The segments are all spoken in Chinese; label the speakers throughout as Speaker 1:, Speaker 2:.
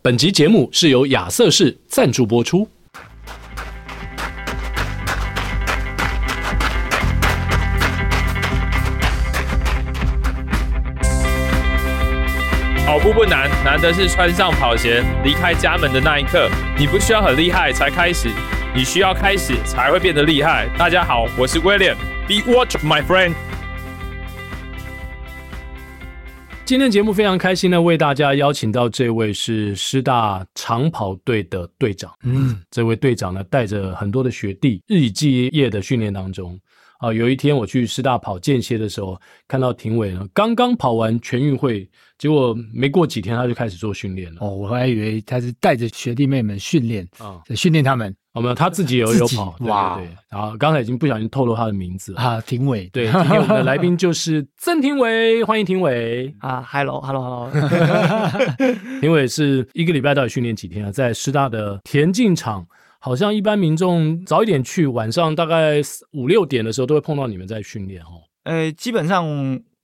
Speaker 1: 本集节目是由亚瑟士赞助播出。
Speaker 2: 跑步不难，难的是穿上跑鞋离开家门的那一刻。你不需要很厉害才开始，你需要开始才会变得厉害。大家好，我是 William。Be watch my friend。
Speaker 1: 今天节目非常开心的为大家邀请到这位是师大长跑队的队长，嗯，这位队长呢带着很多的学弟日以继夜的训练当中，啊、有一天我去师大跑间歇的时候，看到廷伟呢刚刚跑完全运会，结果没过几天他就开始做训练了，
Speaker 3: 哦，我还以为他是带着学弟妹们训练，
Speaker 1: 啊、
Speaker 3: 训练他们
Speaker 1: 我们他自己也有
Speaker 3: 哦自
Speaker 1: 有
Speaker 3: 己
Speaker 1: 跑，
Speaker 3: 哇
Speaker 1: 对对对，然后刚才已经不小心透露他的名 字了，
Speaker 3: 啊，挺伟，
Speaker 1: 对，今天我们的来宾就是曾廷伟，欢迎廷伟。
Speaker 4: 啊，hello，hello，hello，
Speaker 1: 评委是一个礼拜到底训练几天啊？在师大的田径场，好像一般民众早一点去，晚上大概四五六点的时候都会碰到你们在训练哦。
Speaker 4: 呃，基本上，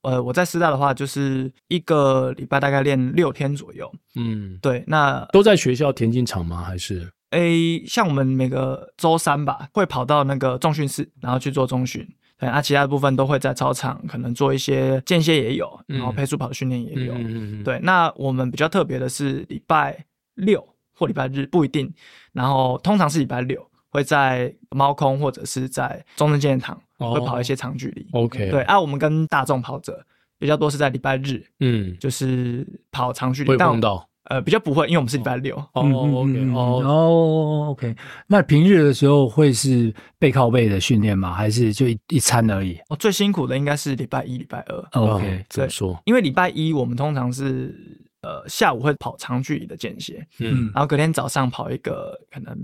Speaker 4: 呃，我在师大的话，就是一个礼拜大概练六天左右。
Speaker 1: 嗯，
Speaker 4: 对，那
Speaker 1: 都在学校田径场吗？还是
Speaker 4: 诶，像我们每个周三吧，会跑到那个重训室，然后去做重训。对，啊，其他的部分都会在操场，可能做一些间歇也有，然后
Speaker 1: 嗯
Speaker 4: 配速跑的训练也有。
Speaker 1: 嗯嗯，
Speaker 4: 对，那我们比较特别的是礼拜六或礼拜日不一定，然后通常是礼拜六会在猫空或者是在中正纪念堂
Speaker 1: 哦
Speaker 4: 会跑一些长距离。
Speaker 1: OK
Speaker 4: 对，啊，我们跟大众跑者比较多是在礼拜日，
Speaker 1: 嗯，
Speaker 4: 就是跑长距离，
Speaker 1: 会
Speaker 4: 但
Speaker 1: 碰到
Speaker 4: 呃比较不会，因为我们是礼拜六。
Speaker 1: 哦
Speaker 3: 嗯。
Speaker 1: ，OK
Speaker 3: 嗯
Speaker 1: 哦。
Speaker 3: 哦，OK。那平日的时候会是背靠背的训练吗？还是就一一餐而已
Speaker 4: 哦，最辛苦的应该是礼拜一、礼拜二，
Speaker 1: 嗯哦
Speaker 3: ？OK，
Speaker 1: 怎么说？
Speaker 4: 因为礼拜一我们通常是呃下午会跑长距离的间歇，
Speaker 1: 嗯，
Speaker 4: 然后隔天早上跑一个可能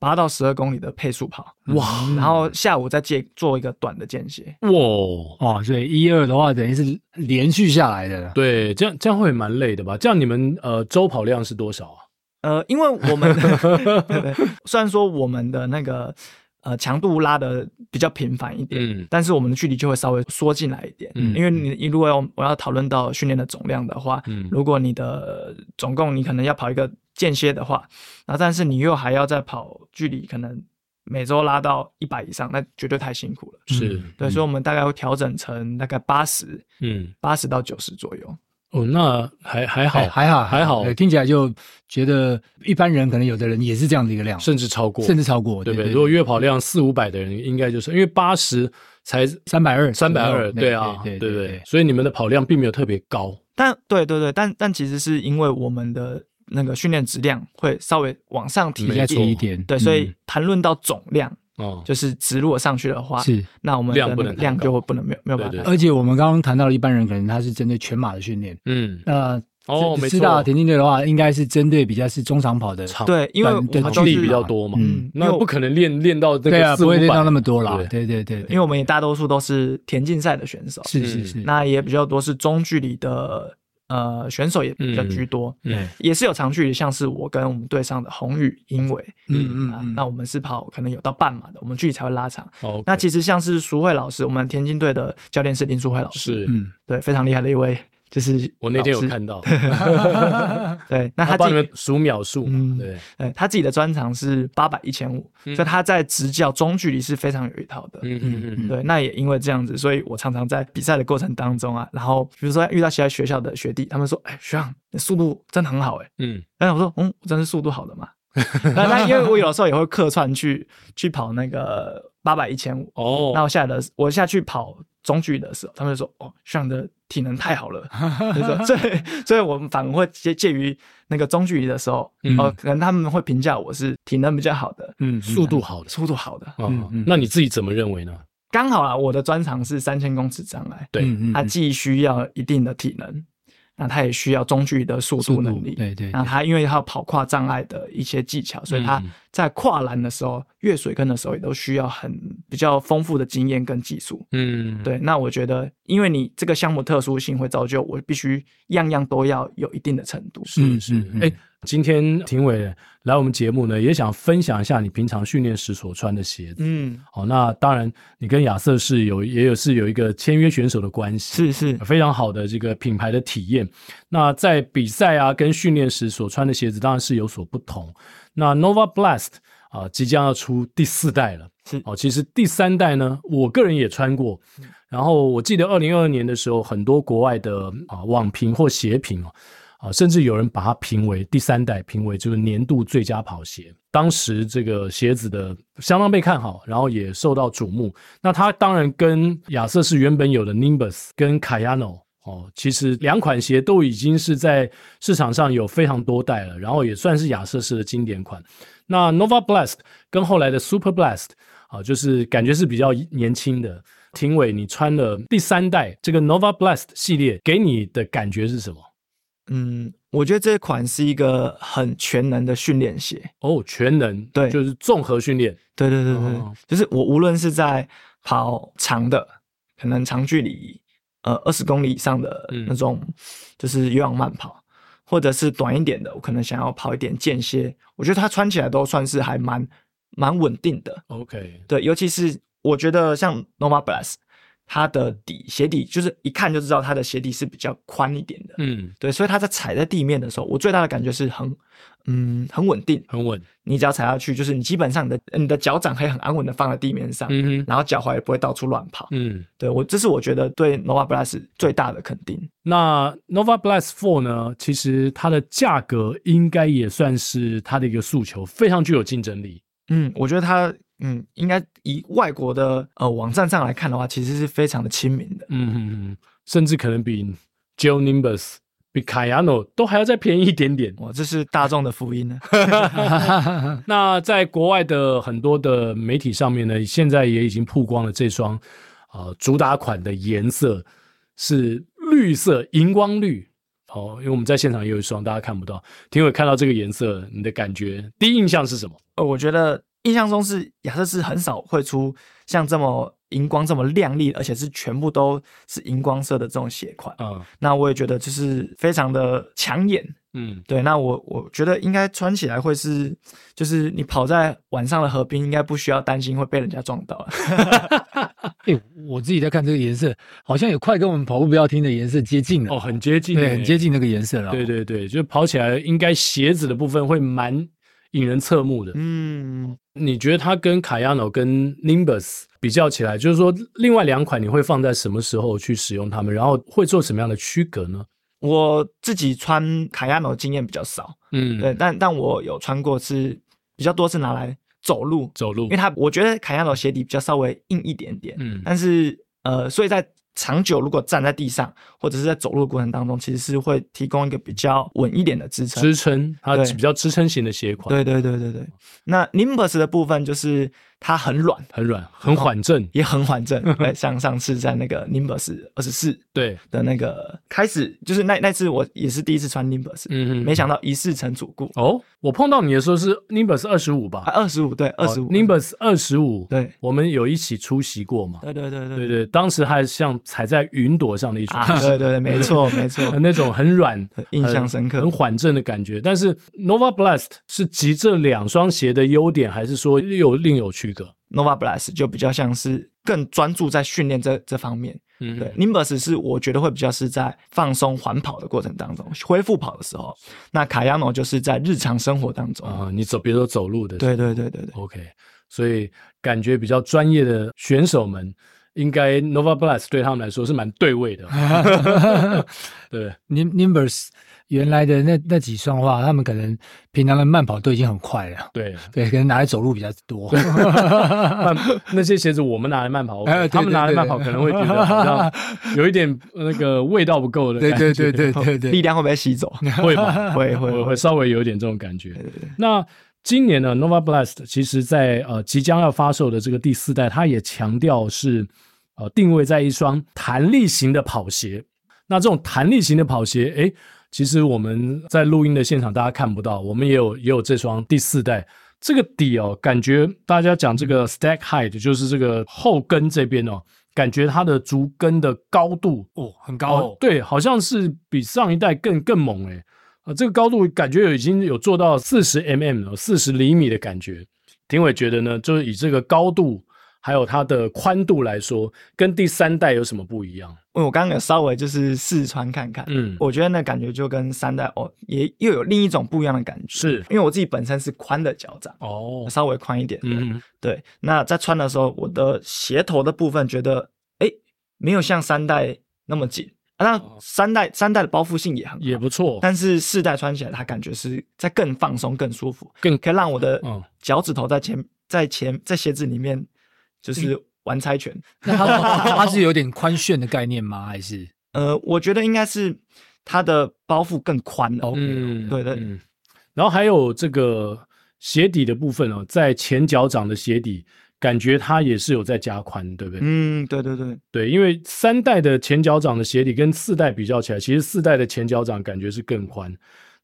Speaker 4: 八到十二公里的配速跑，嗯
Speaker 1: 哇
Speaker 4: 然后下午再借做一个短的间歇。
Speaker 1: 哇，
Speaker 3: 哦，所以一二的话等于是连续下来的了。
Speaker 1: 对，这样这样会蛮累的吧？这样你们呃周跑量是多少啊？
Speaker 4: 呃，因为我们 对对虽然说我们的那个呃强度拉的比较频繁一点，
Speaker 1: 嗯
Speaker 4: 但是我们的距离就会稍微缩进来一点。
Speaker 1: 嗯
Speaker 4: 因为你你如果要我要讨论到训练的总量的话，
Speaker 1: 嗯
Speaker 4: 如果你的总共你可能要跑一个间歇的话，然后但是你又还要再跑距离，可能每周拉到一百以上，那绝对太辛苦了。
Speaker 1: 是
Speaker 4: 对，所以我们大概会调整成大概八十、
Speaker 1: 嗯
Speaker 4: 八十到九十左右。
Speaker 1: 哦，那还还好
Speaker 3: 哎还好，
Speaker 1: 还好
Speaker 3: 对，听起来就觉得一般人可能有的人也是这样的一个量，
Speaker 1: 甚至超过
Speaker 3: 甚至超过，
Speaker 1: 对不
Speaker 3: 对
Speaker 1: 对？如果月跑量四五百的人，应该就是因为八十才
Speaker 3: 三百二，
Speaker 1: 三百二，
Speaker 3: 左右
Speaker 1: 对啊，
Speaker 3: 对
Speaker 1: 对不
Speaker 3: 对
Speaker 1: 对？。所以你们的跑量并没有特别高，
Speaker 4: 但对对对，但但其实是因为我们的那个训练质量会稍微往上提
Speaker 1: 没
Speaker 3: 比
Speaker 4: 一
Speaker 3: 较
Speaker 1: 错
Speaker 3: 低一
Speaker 4: 点，
Speaker 3: 点，
Speaker 4: 对，所
Speaker 3: 嗯
Speaker 4: 以谈论到总量，
Speaker 1: 哦，
Speaker 4: 就是值如果上去的话，
Speaker 3: 是
Speaker 4: 那我们的
Speaker 1: 量
Speaker 4: 那
Speaker 1: 不
Speaker 4: 个
Speaker 1: 能太
Speaker 4: 量
Speaker 1: 高
Speaker 4: 就会不能没有没有办
Speaker 1: 对
Speaker 4: 法。
Speaker 3: 而且我们刚刚谈到了一般人可能他是针对全马的训练，
Speaker 1: 嗯，
Speaker 3: 那
Speaker 1: 哦，没
Speaker 3: 师大
Speaker 1: 错，
Speaker 3: 田径队的话，应该是针对比较是中长跑的，
Speaker 1: 长
Speaker 4: 对，因为
Speaker 3: 短
Speaker 4: 我
Speaker 3: 对
Speaker 4: 们
Speaker 1: 距
Speaker 4: 都
Speaker 1: 离
Speaker 4: 是
Speaker 1: 比较多嘛，
Speaker 3: 嗯
Speaker 4: 嗯，因为
Speaker 1: 那
Speaker 4: 我
Speaker 1: 不可能练练到这
Speaker 3: 对
Speaker 1: 个
Speaker 3: 啊，
Speaker 1: 四
Speaker 3: 不
Speaker 1: 五
Speaker 3: 会
Speaker 1: 百
Speaker 3: 练到那么多啦，
Speaker 1: 对
Speaker 3: 对对对，
Speaker 4: 因为我们也大多数都是田径赛的选手，
Speaker 3: 是是是，
Speaker 4: 那也比较多是中距离的呃选手也比较居多，
Speaker 1: 嗯
Speaker 4: 也是有长距离，像是我跟我们队上的宏宇、英伟，
Speaker 3: 嗯嗯
Speaker 4: 啊
Speaker 3: 嗯，
Speaker 4: 那我们是跑可能有到半马的，我们距离才会拉长。
Speaker 1: 哦，
Speaker 4: 那其实像是淑慧老师，我们田径队的教练是林淑慧老师，
Speaker 1: 是
Speaker 3: 嗯，
Speaker 4: 对，非常厉害的一位，就是
Speaker 1: 我那天有
Speaker 4: 老师，
Speaker 1: 看到，
Speaker 4: 对，那
Speaker 1: 他
Speaker 4: 他
Speaker 1: 帮
Speaker 4: 自
Speaker 1: 你们
Speaker 4: 己，
Speaker 1: 数秒数嘛，
Speaker 4: 嗯
Speaker 1: 对，
Speaker 4: 呃，他自己的专长是八百一千五，
Speaker 1: 嗯
Speaker 4: 所以他在执教中距离是非常有一套的。
Speaker 1: 嗯 嗯嗯，
Speaker 4: 对，那也因为这样子，所以我常常在比赛的过程当中啊，然后比如说遇到其他学校的学弟，他们说：“哎，学长，你速度真的很好哎。
Speaker 1: 嗯，”
Speaker 4: 然后我说：“嗯，我真是速度好的嘛。” 那那因为我有的时候也会客串去去跑那个八百一千五，
Speaker 1: 哦，
Speaker 4: 那我下来的我下去跑中距的时候，他们就说：“哦，学长的体能太 好了。”就是说所以所以我们反而会介介于那个中距离的时候，
Speaker 1: 嗯
Speaker 4: 哦，可能他们会评价我是体能比较好的，
Speaker 3: 嗯
Speaker 1: 速度好的，
Speaker 4: 速度好的。
Speaker 1: 哦
Speaker 3: 嗯嗯
Speaker 1: 那你自己怎么认为呢？
Speaker 4: 刚好啊，我的专长是三千公尺障碍，
Speaker 1: 对
Speaker 3: 嗯
Speaker 4: 他既需要一定的体能，那他也需要中距离的速
Speaker 3: 速
Speaker 4: 度能力。啊
Speaker 3: 对对，
Speaker 4: 那他因为他有跑跨障碍的一些技巧，所以他
Speaker 1: 嗯
Speaker 4: 在跨栏的时候、越水坑的时候，也都需要很比较丰富的经验跟技术。
Speaker 1: 嗯，
Speaker 4: 对，那我觉得，因为你这个项目特殊性会造就我必须样样都要有一定的程度。
Speaker 1: 是是
Speaker 3: 嗯，嗯
Speaker 1: 哎、今天庭伟来我们节目呢，也想分享一下你平常训练时所穿的鞋子。
Speaker 4: 嗯，
Speaker 1: 好、那当然，你跟亚瑟是有也有是有一个签约选手的关系，
Speaker 4: 是是，
Speaker 1: 非常好的这个品牌的体验。那在比赛啊跟训练时所穿的鞋子当然是有所不同。那 Nova Blast 啊、即将要出第四代了。
Speaker 4: 是
Speaker 1: 哦，其实第三代呢，我个人也穿过。然后我记得二零二二年的时候，很多国外的啊、网评或鞋评哦，啊，甚至有人把它评为第三代，评为就是年度最佳跑鞋。当时这个鞋子的相当被看好，然后也受到瞩目。那它当然跟亚瑟士原本有的 Nimbus 跟 Kayano 哦，其实两款鞋都已经是在市场上有非常多代了，然后也算是亚瑟士的经典款。那 Nova Blast 跟后来的 Super Blast 啊，就是感觉是比较年轻的。庭伟，你穿了第三代这个 Nova Blast 系列，给你的感觉是什么？
Speaker 4: 嗯，我觉得这款是一个很全能的训练鞋。
Speaker 1: 哦，全能，
Speaker 4: 对
Speaker 1: 就是综合训练，
Speaker 4: 对对对对，
Speaker 1: 哦
Speaker 4: 就是我无论是在跑长的，可能长距离，呃，二十公里以上的
Speaker 1: 嗯
Speaker 4: 那种，就是有氧慢跑，或者是短一点的，我可能想要跑一点间歇，我觉得它穿起来都算是还蛮蛮稳定的。
Speaker 1: OK，
Speaker 4: 对，尤其是我觉得像 Nova Blast，它的底鞋底就是一看就知道它的鞋底是比较宽一点的。
Speaker 1: 嗯，
Speaker 4: 对，所以它在踩在地面的时候，我最大的感觉是很，嗯，很稳定。
Speaker 1: 很稳，
Speaker 4: 你只要踩下去，就是你基本上你的你的脚掌可以很安稳的放在地面上，
Speaker 1: 嗯哼，
Speaker 4: 然后脚踝也不会到处乱跑。
Speaker 1: 嗯。
Speaker 4: 对我，这是我觉得对 Nova Blast 最大的肯定。
Speaker 1: 那 Nova Blast Four 呢？其实它的价格应该也算是它的一个诉求，非常具有竞争力。
Speaker 4: 嗯，我觉得它，嗯，应该以外国的呃网站上来看的话，其实是非常的亲民的。
Speaker 1: 嗯嗯嗯，甚至可能比 j o e Nimbus、比 Kayano 都还要再便宜一点点。
Speaker 4: 哇，这是大众的福音呢。
Speaker 1: 那在国外的很多的媒体上面呢，现在也已经曝光了这双呃主打款的颜色是绿色荧光绿。哦，因为我们在现场也有一双，大家看不到。庭伟看到这个颜色，你的感觉第一印象是什么？
Speaker 4: 呃，我觉得印象中是亚瑟士很少会出像这么荧光、这么亮丽，而且是全部都是荧光色的这种鞋款。
Speaker 1: 嗯
Speaker 4: 那我也觉得就是非常的抢眼，
Speaker 1: 嗯
Speaker 4: 对，那我我觉得应该穿起来会是，就是你跑在晚上的河边，应该不需要担心会被人家撞到。啊
Speaker 3: 哎、我自己在看这个颜色，好像也快跟我们跑步不要听的颜色接近了。
Speaker 1: 哦，很接近耶，
Speaker 3: 对，很接近那个颜色了。哦
Speaker 1: 对对对，就跑起来应该鞋子的部分会蛮引人侧目的。
Speaker 4: 嗯，
Speaker 1: 你觉得它跟卡亚诺跟 Nimbus 比较起来，就是说另外两款你会放在什么时候去使用它们，然后会做什么样的区隔呢？
Speaker 4: 我自己穿卡亚诺经验比较少，
Speaker 1: 嗯，
Speaker 4: 对，，但但我有穿过是比较多是拿来走路，
Speaker 1: 走路
Speaker 4: 因为，它我觉得卡亚诺鞋底比较稍微硬一点点，
Speaker 1: 嗯
Speaker 4: 但是呃，所以在长久如果站在地上或者是在走路的过程当中，其实是会提供一个比较稳一点的支撑。
Speaker 1: 支撑，它
Speaker 4: 对
Speaker 1: 比较支撑型的鞋款，，
Speaker 4: 对对对对对，那 Nimbus 的部分就是它很软。
Speaker 1: 很软，很缓震，
Speaker 4: 也很缓 震。对，像上次在那个 Nimbus 二十四
Speaker 1: 对，
Speaker 4: 的那个开始，就是那那次我也是第一次穿 Nimbus，、
Speaker 1: 嗯
Speaker 4: 没
Speaker 1: 想
Speaker 4: 想到一试成主顾。
Speaker 1: 哦，我碰到你的时候是 Nimbus 二十五吧，
Speaker 4: 啊，二十五对，二十五
Speaker 1: 哦 Nimbus 二十五，
Speaker 4: 对
Speaker 1: 我们有一起出席过嘛？
Speaker 4: 对对对对
Speaker 1: 对对，当时还像踩在云朵上的一
Speaker 4: 啊，
Speaker 1: 双
Speaker 4: 对对对，没错没错，
Speaker 1: 那种 很软、
Speaker 4: 印象深刻
Speaker 1: 很缓震的感觉。但是 Nova Blast 是集这两双鞋的优点，还是说有另有区隔？
Speaker 4: Nova Blast 就比较像是更专注在训练这这方面。
Speaker 1: 嗯
Speaker 4: 对、n i m b u s 是我觉得会比较是在放松缓跑的过程当中，恢复跑的时候。那卡亚诺就是在日常生活当中。
Speaker 1: 啊、你走，比如说走路的，
Speaker 4: 对对对对 对，
Speaker 1: ，OK，所以感觉比较专业的选手们。应该 Nova Blast 对他们来说是蛮对位的，对，
Speaker 3: Nim Nimbus 原来的那那几双的话，他们可能平常的慢跑都已经很快了，
Speaker 1: 对，
Speaker 3: 对，可能拿来走路比较多。
Speaker 1: 慢那些鞋子我们拿来慢跑 OK，
Speaker 3: 哎对
Speaker 1: 他们拿来慢跑
Speaker 3: 对
Speaker 1: 可
Speaker 3: 对
Speaker 1: 能会觉得好像有一点那个味道不够的
Speaker 3: 对
Speaker 1: 感觉，
Speaker 3: 对对对对 对，
Speaker 4: 哦力量会被吸 走，
Speaker 1: 会吧？
Speaker 4: 会会
Speaker 1: 我
Speaker 4: 会
Speaker 1: 会稍微有一点这种感觉。
Speaker 4: 对对对，
Speaker 1: 那今年呢，Nova Blast 其实在呃即将要发售的这个第四代，它也强调是呃定位在一双弹力型的跑鞋。那这种弹力型的跑鞋，诶，其实我们在录音的现场大家看不到，我们也有也有这双第四代。这个底哦，感觉大家讲这个 stack height，就是这个后跟这边哦，感觉它的足跟的高度
Speaker 3: 哦，很
Speaker 1: 哦，对，好像是比上一代更更猛诶、啊，这个高度感觉有已经有做到四十 mm 了，四十厘米的感觉。评委觉得呢，就是以这个高度还有它的宽度来说，跟第三代有什么不一样？
Speaker 4: 因为我刚刚有稍微就是试穿看看，
Speaker 1: 嗯，
Speaker 4: 我觉得那感觉就跟三代哦也又有另一种不一样的感觉，
Speaker 1: 是
Speaker 4: 因为我自己本身是宽的脚掌，
Speaker 1: 哦，
Speaker 4: 稍微宽一点的，
Speaker 1: 嗯哼，
Speaker 4: 对。那在穿的时候，我的鞋头的部分觉得哎没有像三代那么紧，啊、那三代三代的包覆性也很好
Speaker 1: 哦也不错，
Speaker 4: 但是四代穿起来，它感觉是在更放松、更舒服，
Speaker 1: 更
Speaker 4: 可以让我的
Speaker 1: 嗯
Speaker 4: 脚趾头在前、在前、在鞋子里面就是
Speaker 1: 嗯
Speaker 4: 玩猜拳。
Speaker 3: 那它它是有点宽楦的概念吗？还是
Speaker 4: 呃，我觉得应该是它的包覆更宽了。
Speaker 1: 嗯，
Speaker 4: 对对
Speaker 1: 嗯。然后还有这个鞋底的部分哦，在前脚掌的鞋底，感觉它也是有在加宽，对不对？
Speaker 4: 嗯，对对对，
Speaker 1: 对，因为三代的前脚掌的鞋底跟四代比较起来，其实四代的前脚掌感觉是更宽。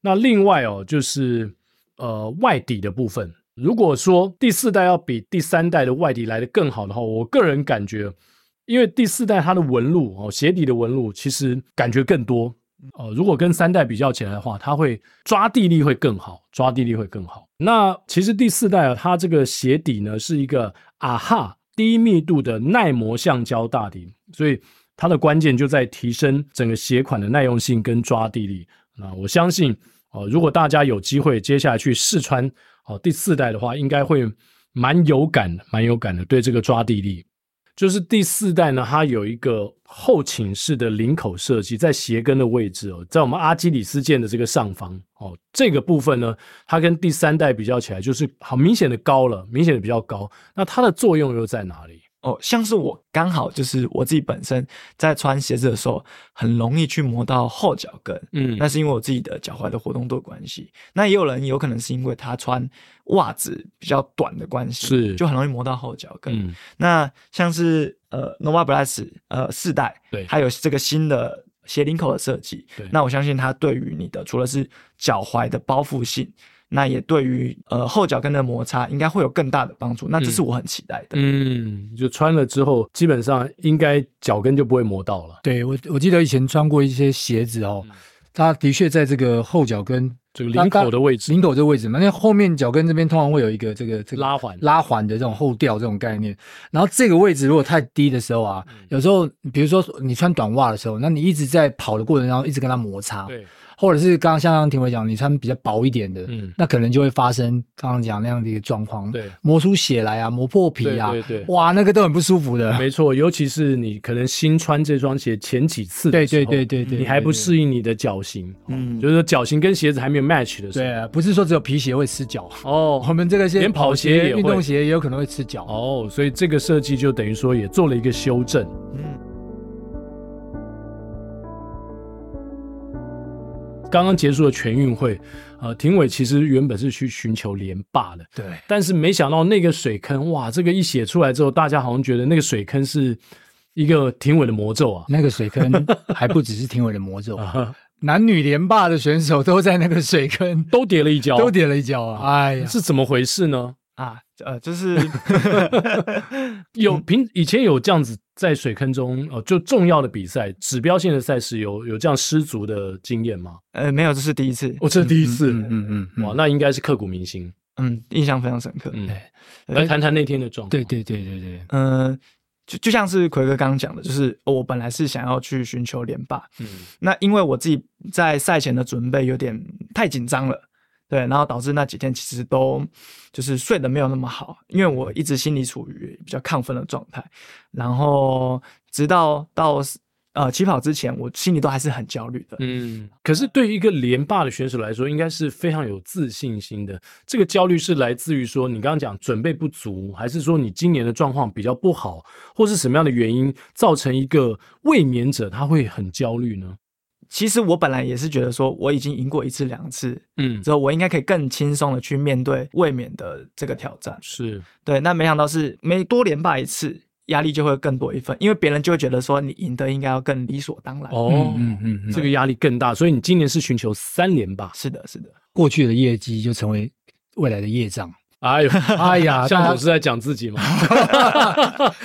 Speaker 1: 那另外哦，就是呃外底的部分，如果说第四代要比第三代的外底来的更好的话，我个人感觉，因为第四代它的纹路哦，鞋底的纹路其实感觉更多哦。如果跟三代比较起来的话，它会抓地力会更好，抓地力会更好。那其实第四代啊，它这个鞋底呢是一个啊哈低密度的耐磨橡胶大底，所以它的关键就在提升整个鞋款的耐用性跟抓地力。那我相信哦、如果大家有机会接下来去试穿哦、第四代的话，应该会蛮有感的，蛮有感的，对这个抓地力。就是第四代呢，它有一个后倾式的领口设计，在鞋跟的位置哦，在我们阿基里斯腱的这个上方哦，这个部分呢，它跟第三代比较起来，就是好明显的高了，明显的比较高。那它的作用又在哪里？
Speaker 4: 哦，像是我刚好就是我自己本身在穿鞋子的时候，很容易去磨到后脚跟。
Speaker 1: 嗯
Speaker 4: 那是因为我自己的脚踝的活动度的关系，那也有人有可能是因为他穿袜子比较短的关系，
Speaker 1: 是
Speaker 4: 就很容易磨到后脚跟。
Speaker 1: 嗯
Speaker 4: 那像是呃 Nova Blast 呃四代，
Speaker 1: 对
Speaker 4: 还有这个新的鞋领口的设计
Speaker 1: 对，
Speaker 4: 那我相信它对于你的除了是脚踝的包覆性，那也对于呃后脚跟的摩擦应该会有更大的帮助。那这是我很期待的。
Speaker 1: 嗯，就穿了之后，基本上应该脚跟就不会磨到了。
Speaker 3: 对我我记得以前穿过一些鞋子哦，它的确在这个后脚跟
Speaker 1: 这个领口的位置
Speaker 3: 领口这个位置嘛，那后面脚跟这边通常会有一个这个这个
Speaker 1: 拉环
Speaker 3: 拉环的这种后吊这种概念。然后这个位置如果太低的时候啊，有时候比如说你穿短袜的时候，那你一直在跑的过程当中一直跟它摩擦，
Speaker 1: 对，
Speaker 3: 或者是刚刚像刚刚庭伟讲，你穿比较薄一点的，
Speaker 1: 嗯，
Speaker 3: 那可能就会发生刚刚讲那样的一个状况，
Speaker 1: 对，
Speaker 3: 磨出血来啊，磨破皮啊，
Speaker 1: 对对对
Speaker 3: 哇，那个都很不舒服的。
Speaker 1: 没错，尤其是你可能新穿这双鞋前几次的
Speaker 3: 对
Speaker 1: 时
Speaker 3: 对
Speaker 1: 候，
Speaker 3: 对对对，
Speaker 1: 哦你还不
Speaker 3: 是。
Speaker 1: 适应你的脚型，
Speaker 4: 嗯
Speaker 1: 就是说脚型跟鞋子还没有 match 的时候。
Speaker 3: 对，啊不是说只有皮鞋会吃脚，我
Speaker 1: 哦
Speaker 3: 们这个些
Speaker 1: 连跑鞋也会
Speaker 3: 运动鞋也有可能会吃脚。哦，
Speaker 1: 哦，所以这个设计就等于说也做了一个修正。
Speaker 4: 嗯，
Speaker 1: 刚刚结束的全运会，呃，廷伟其实原本是去寻求连霸的，
Speaker 3: 对，
Speaker 1: 但是没想到那个水坑，哇，这个一写出来之后，大家好像觉得那个水坑是一个廷伟的魔咒啊。
Speaker 3: 那个水坑 还不只是廷伟的魔咒
Speaker 1: 啊，哈
Speaker 3: 男女联霸的选手都在那个水坑
Speaker 1: 都跌了一跤，
Speaker 3: 都跌了一跤啊！哎呀，
Speaker 1: 是怎么回事呢？
Speaker 4: 啊，呃，就是
Speaker 1: 有
Speaker 3: 嗯
Speaker 1: 平以前有这样子在水坑中，呃，就重要的比赛、指标性的赛事有有这样失足的经验吗？
Speaker 4: 呃没有，这是第一次，
Speaker 1: 我、哦这是第一次，
Speaker 3: 嗯嗯嗯嗯，
Speaker 1: 哇，那应该是刻骨铭心。
Speaker 4: 嗯，印象非常深刻。
Speaker 1: 嗯，
Speaker 4: 对
Speaker 1: 来谈谈那天的状况。
Speaker 3: 哎对对对对对，
Speaker 4: 嗯、就就像是奎哥刚刚讲的，就是、哦我本来是想要去寻求连霸，
Speaker 1: 嗯，
Speaker 4: 那因为我自己在赛前的准备有点太紧张了，对，然后导致那几天其实都就是睡得没有那么好，因为我一直心里处于比较亢奋的状态，然后直到到呃起跑之前，我心里都还是很焦虑的。
Speaker 1: 嗯，可是对于一个连霸的选手来说，应该是非常有自信心的。这个焦虑是来自于说，你刚刚讲准备不足，还是说你今年的状况比较不好，或是什么样的原因造成一个卫冕者他会很焦虑呢？
Speaker 4: 其实我本来也是觉得说我已经赢过一次两次
Speaker 1: 嗯，
Speaker 4: 之后，我应该可以更轻松的去面对卫冕的这个挑战。
Speaker 1: 是
Speaker 4: 对，那没想到是每多连败一次，压力就会更多一份，因为别人就会觉得说你赢得应该要更理所当然。
Speaker 1: 哦，
Speaker 3: 嗯嗯嗯，
Speaker 1: 这个压力更大，所以你今年是寻求三连霸。
Speaker 4: 是的，是的，
Speaker 3: 过去的业绩就成为未来的业障。
Speaker 1: 哎呦，
Speaker 3: 哎呀，
Speaker 1: 像
Speaker 3: 大
Speaker 1: 我
Speaker 3: 家
Speaker 1: 是在讲自 己嘛。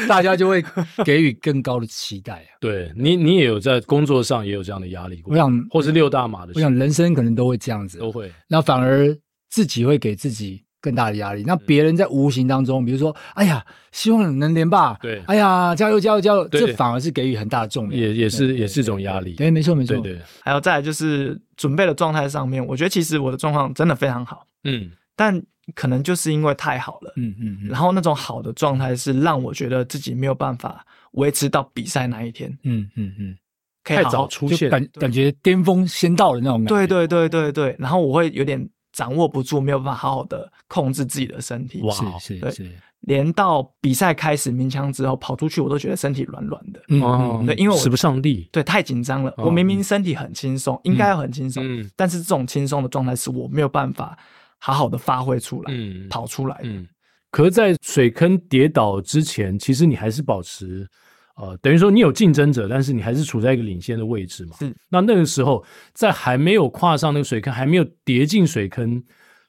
Speaker 3: 大家就会给予更高的期待啊。
Speaker 1: 对你，你也有在工作上也有这样的压力过，
Speaker 3: 我想，
Speaker 1: 或是六大码的
Speaker 3: 我
Speaker 1: 时候
Speaker 3: 想人生可能都会这样子，
Speaker 1: 都会。
Speaker 3: 那反而自己会给自己更大的压
Speaker 1: 嗯
Speaker 3: 力。那别人在无形当中，比如说，哎呀，希望你能连吧，
Speaker 1: 对
Speaker 3: 哎呀，加油加油加油，
Speaker 1: 对
Speaker 3: 这反而是给予很大的重量，
Speaker 1: 也也是
Speaker 3: 对
Speaker 1: 也是一种压力
Speaker 3: 对，没错没错，
Speaker 1: 对对，
Speaker 4: 还有再来就是准备的状态上面，我觉得其实我的状况真的非常好，
Speaker 1: 嗯，
Speaker 4: 但可能就是因为太好了，
Speaker 3: 嗯嗯嗯
Speaker 4: 然后那种好的状态是让我觉得自己没有办法维持到比赛那一天，
Speaker 3: 嗯嗯嗯
Speaker 4: 可以
Speaker 1: 太
Speaker 4: 好好
Speaker 1: 早出
Speaker 3: 嗯，就
Speaker 1: 现，
Speaker 3: 感感觉巅峰先到的那种感觉，
Speaker 4: 对对对对对，然后我会有点掌握不住，没有办法好好的控制自己的身体，
Speaker 1: 哇哦
Speaker 3: 是是
Speaker 4: 对
Speaker 3: 是，
Speaker 4: 连到比赛开始鸣枪之后跑出去，我都觉得身体软软的，
Speaker 3: 嗯
Speaker 1: 哦
Speaker 3: 嗯
Speaker 4: 对，因为我
Speaker 1: 使不上力，
Speaker 4: 对太紧张了，
Speaker 1: 哦
Speaker 4: 我明明身体很轻松，应该要很轻松，
Speaker 1: 嗯
Speaker 4: 但是这种轻松的状态是我没有办法好好的发挥出来，
Speaker 1: 嗯
Speaker 4: 跑出来的，
Speaker 1: 嗯，可是在水坑跌倒之前，其实你还是保持，呃，等于说你有竞争者，但是你还是处在一个领先的位置嘛。
Speaker 4: 是。
Speaker 1: 那那个时候，在还没有跨上那个水坑，还没有跌进水坑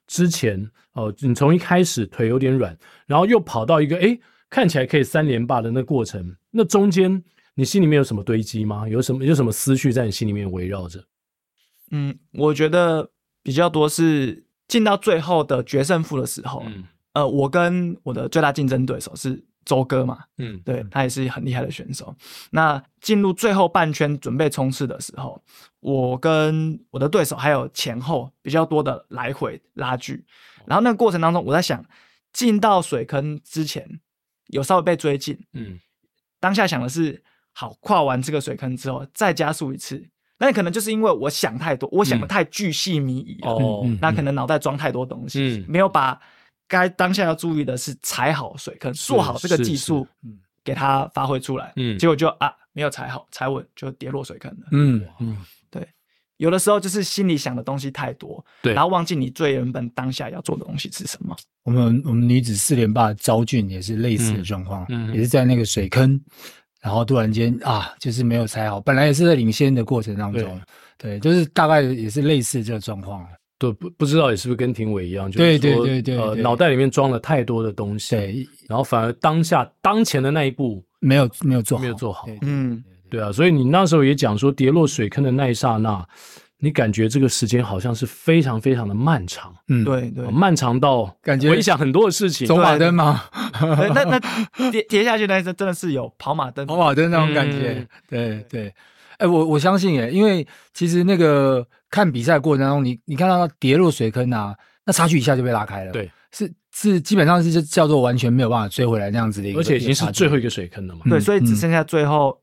Speaker 1: 之前，哦、你从一开始腿有点软，然后又跑到一个诶看起来可以三连霸的那过程，那中间你心里面有什么堆积吗？有什么有什么思绪在你心里面围绕着？
Speaker 4: 嗯，我觉得比较多是进到最后的决胜负的时候，
Speaker 1: 嗯
Speaker 4: 呃，我跟我的最大竞争对手是周哥嘛，
Speaker 1: 嗯，
Speaker 4: 对他也是很厉害的选手。那进入最后半圈准备冲刺的时候，我跟我的对手还有前后比较多的来回拉锯，
Speaker 1: 哦
Speaker 4: 然后那个过程当中，我在想，进到水坑之前有稍微被追进，
Speaker 1: 嗯，
Speaker 4: 当下想的是，好跨完这个水坑之后再加速一次。那可能就是因为我想太多，我想的太巨细靡遗了，
Speaker 1: 嗯哦，
Speaker 3: 嗯
Speaker 4: 那可能脑袋装太多东西，
Speaker 1: 嗯
Speaker 4: 没有把该当下要注意的是踩好水坑，做好这个技术
Speaker 3: 是嗯，
Speaker 4: 给它发挥出来。
Speaker 1: 嗯
Speaker 4: 结果就啊没有踩好，踩稳就跌落水坑了。
Speaker 3: 嗯嗯
Speaker 4: 有的时候就是心里想的东西太多，
Speaker 1: 对
Speaker 4: 然后忘记你最原本当下要做的东西是什么。
Speaker 3: 我们我们女子四连霸招俊也是类似的状况，
Speaker 1: 嗯嗯
Speaker 3: 也是在那个水坑，然后突然间啊，就是没有踩好，本来也是在领先的过程当中，对，就是大概也是类似这个状况，
Speaker 1: 对，不不知道也是不是跟廷伟一样，就
Speaker 3: 对
Speaker 1: 是说
Speaker 3: 对对对
Speaker 1: 呃，
Speaker 3: 对
Speaker 1: 脑袋里面装了太多的东西，，
Speaker 3: 对，
Speaker 1: 然后反而当下当前的那一步
Speaker 3: 没有没有做好，
Speaker 1: 没有做好，
Speaker 3: 对
Speaker 4: 嗯，
Speaker 1: 对啊，所以你那时候也讲说，跌落水坑的那一刹那，你感觉这个时间好像是非常非常的漫长，
Speaker 3: 嗯，
Speaker 4: 对对
Speaker 1: 呃。漫长到
Speaker 3: 感觉
Speaker 1: 回想很多的事情，
Speaker 3: 走马灯嘛，
Speaker 4: 对那那跌跌下去那一阵真的是有跑马灯，
Speaker 3: 跑马灯那种感觉，
Speaker 1: 嗯
Speaker 3: 对对。哎、我我相信哎、因为其实那个看比赛过程当中，你你看到他跌落水坑啊，那差距一下就被拉开了，
Speaker 1: 对，
Speaker 3: 是是基本上是就叫做完全没有办法追回来那样子的一个，
Speaker 1: 而且已经是
Speaker 3: 一个差距
Speaker 1: 最后一个水坑了嘛，
Speaker 4: 对，
Speaker 3: 嗯
Speaker 4: 所以
Speaker 3: 嗯
Speaker 4: 只剩下最后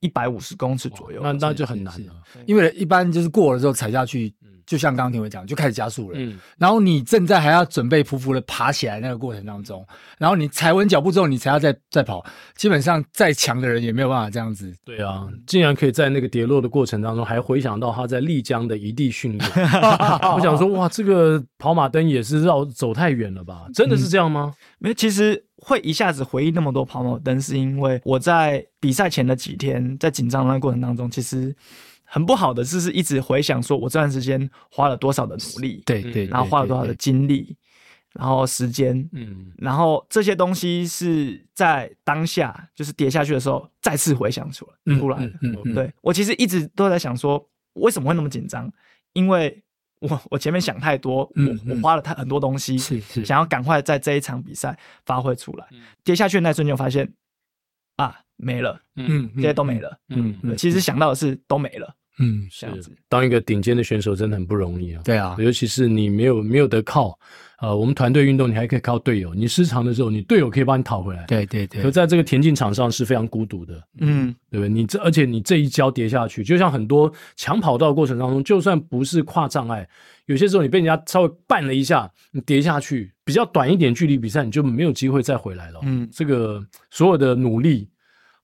Speaker 4: 一百五十公尺左右。
Speaker 1: 那那就很
Speaker 3: 是
Speaker 1: 难
Speaker 3: 是
Speaker 1: 了，
Speaker 3: 因为一般就是过了之后踩下去
Speaker 1: 嗯，
Speaker 3: 就像刚刚庭伟讲，就开始加速了。
Speaker 1: 嗯，
Speaker 3: 然后你正在还要准备匍匐的爬起来那个过程当中，
Speaker 1: 嗯
Speaker 3: 然后你踩稳脚步之后，你才要再再跑。基本上再强的人也没有办法这样子。
Speaker 1: 对啊，竟然可以在那个跌落的过程当中，还回想到他在丽江的一地训 练，我想说，哇，这个跑马灯也是绕走太远了吧？真的是这样吗？
Speaker 4: 没有，其实会一下子回忆那么多跑马灯，是因为我在比赛前的几天，在紧张的那过程当中，其实很不好的就是一直回想说我这段时间花了多少的努力，，
Speaker 3: 对
Speaker 1: 嗯
Speaker 3: 对，
Speaker 4: 然后花了
Speaker 3: 对
Speaker 4: 多少的
Speaker 3: 对
Speaker 4: 精力，然后时间，
Speaker 1: 嗯，
Speaker 4: 然后这些东西是在当下就是跌下去的时候再次回想出来
Speaker 3: 嗯
Speaker 4: 出来的。
Speaker 3: 嗯嗯，
Speaker 4: 对我其实一直都在想说，为什么会那么紧张？因为我我前面想太多，
Speaker 3: 嗯
Speaker 4: 我我
Speaker 3: 嗯
Speaker 4: 花了太很多东西，
Speaker 3: 是是
Speaker 4: 想要赶快在这一场比赛发挥出来。跌下去的那一瞬间，我发现啊没了，
Speaker 3: 嗯，
Speaker 4: 这些都没了。
Speaker 1: 嗯
Speaker 4: 对其实想到的是都没了，
Speaker 3: 嗯，
Speaker 4: 这样子。
Speaker 1: 当一个顶尖的选手真的很不容易啊，
Speaker 3: 对
Speaker 4: 嗯
Speaker 3: 啊，
Speaker 1: 尤其是你没有没有得靠，呃，我们团队运动你还可以靠队友，你失常的时候，你队友可以帮你讨回来。，
Speaker 3: 对对
Speaker 1: 可
Speaker 3: 对，
Speaker 1: 在这个田径场上是非常孤独的，
Speaker 4: 嗯，
Speaker 1: 对不对？你这而且你这一跤跌下去，就像很多抢跑道的过程当中，就算不是跨障碍，有些时候你被人家稍微绊了一下，你跌下去，比较短一点距离比赛你就没有机会再回来了。
Speaker 4: 嗯
Speaker 1: 这个所有的努力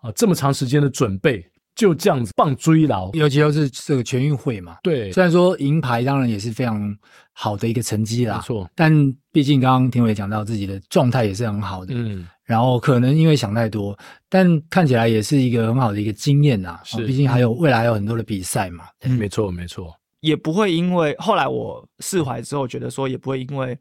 Speaker 1: 啊、这么长时间的准备，就这样子棒追牢。
Speaker 3: 尤其又是这个全运会嘛，
Speaker 1: 对，
Speaker 3: 虽然说银牌当然也是非常好的一个成绩
Speaker 1: 没
Speaker 4: 啊
Speaker 3: 啦，
Speaker 1: 错，
Speaker 3: 但毕竟刚刚庭伟讲到自己的状态也是很好的，
Speaker 1: 嗯，
Speaker 3: 然后可能因为想太多，但看起来也是一个很好的一个经验呐、
Speaker 1: 是
Speaker 3: 毕竟还有未来还有很多的比赛嘛。
Speaker 4: 嗯
Speaker 1: 没错，没错。
Speaker 4: 也不会因为后来我释怀之后，觉得说也不会因为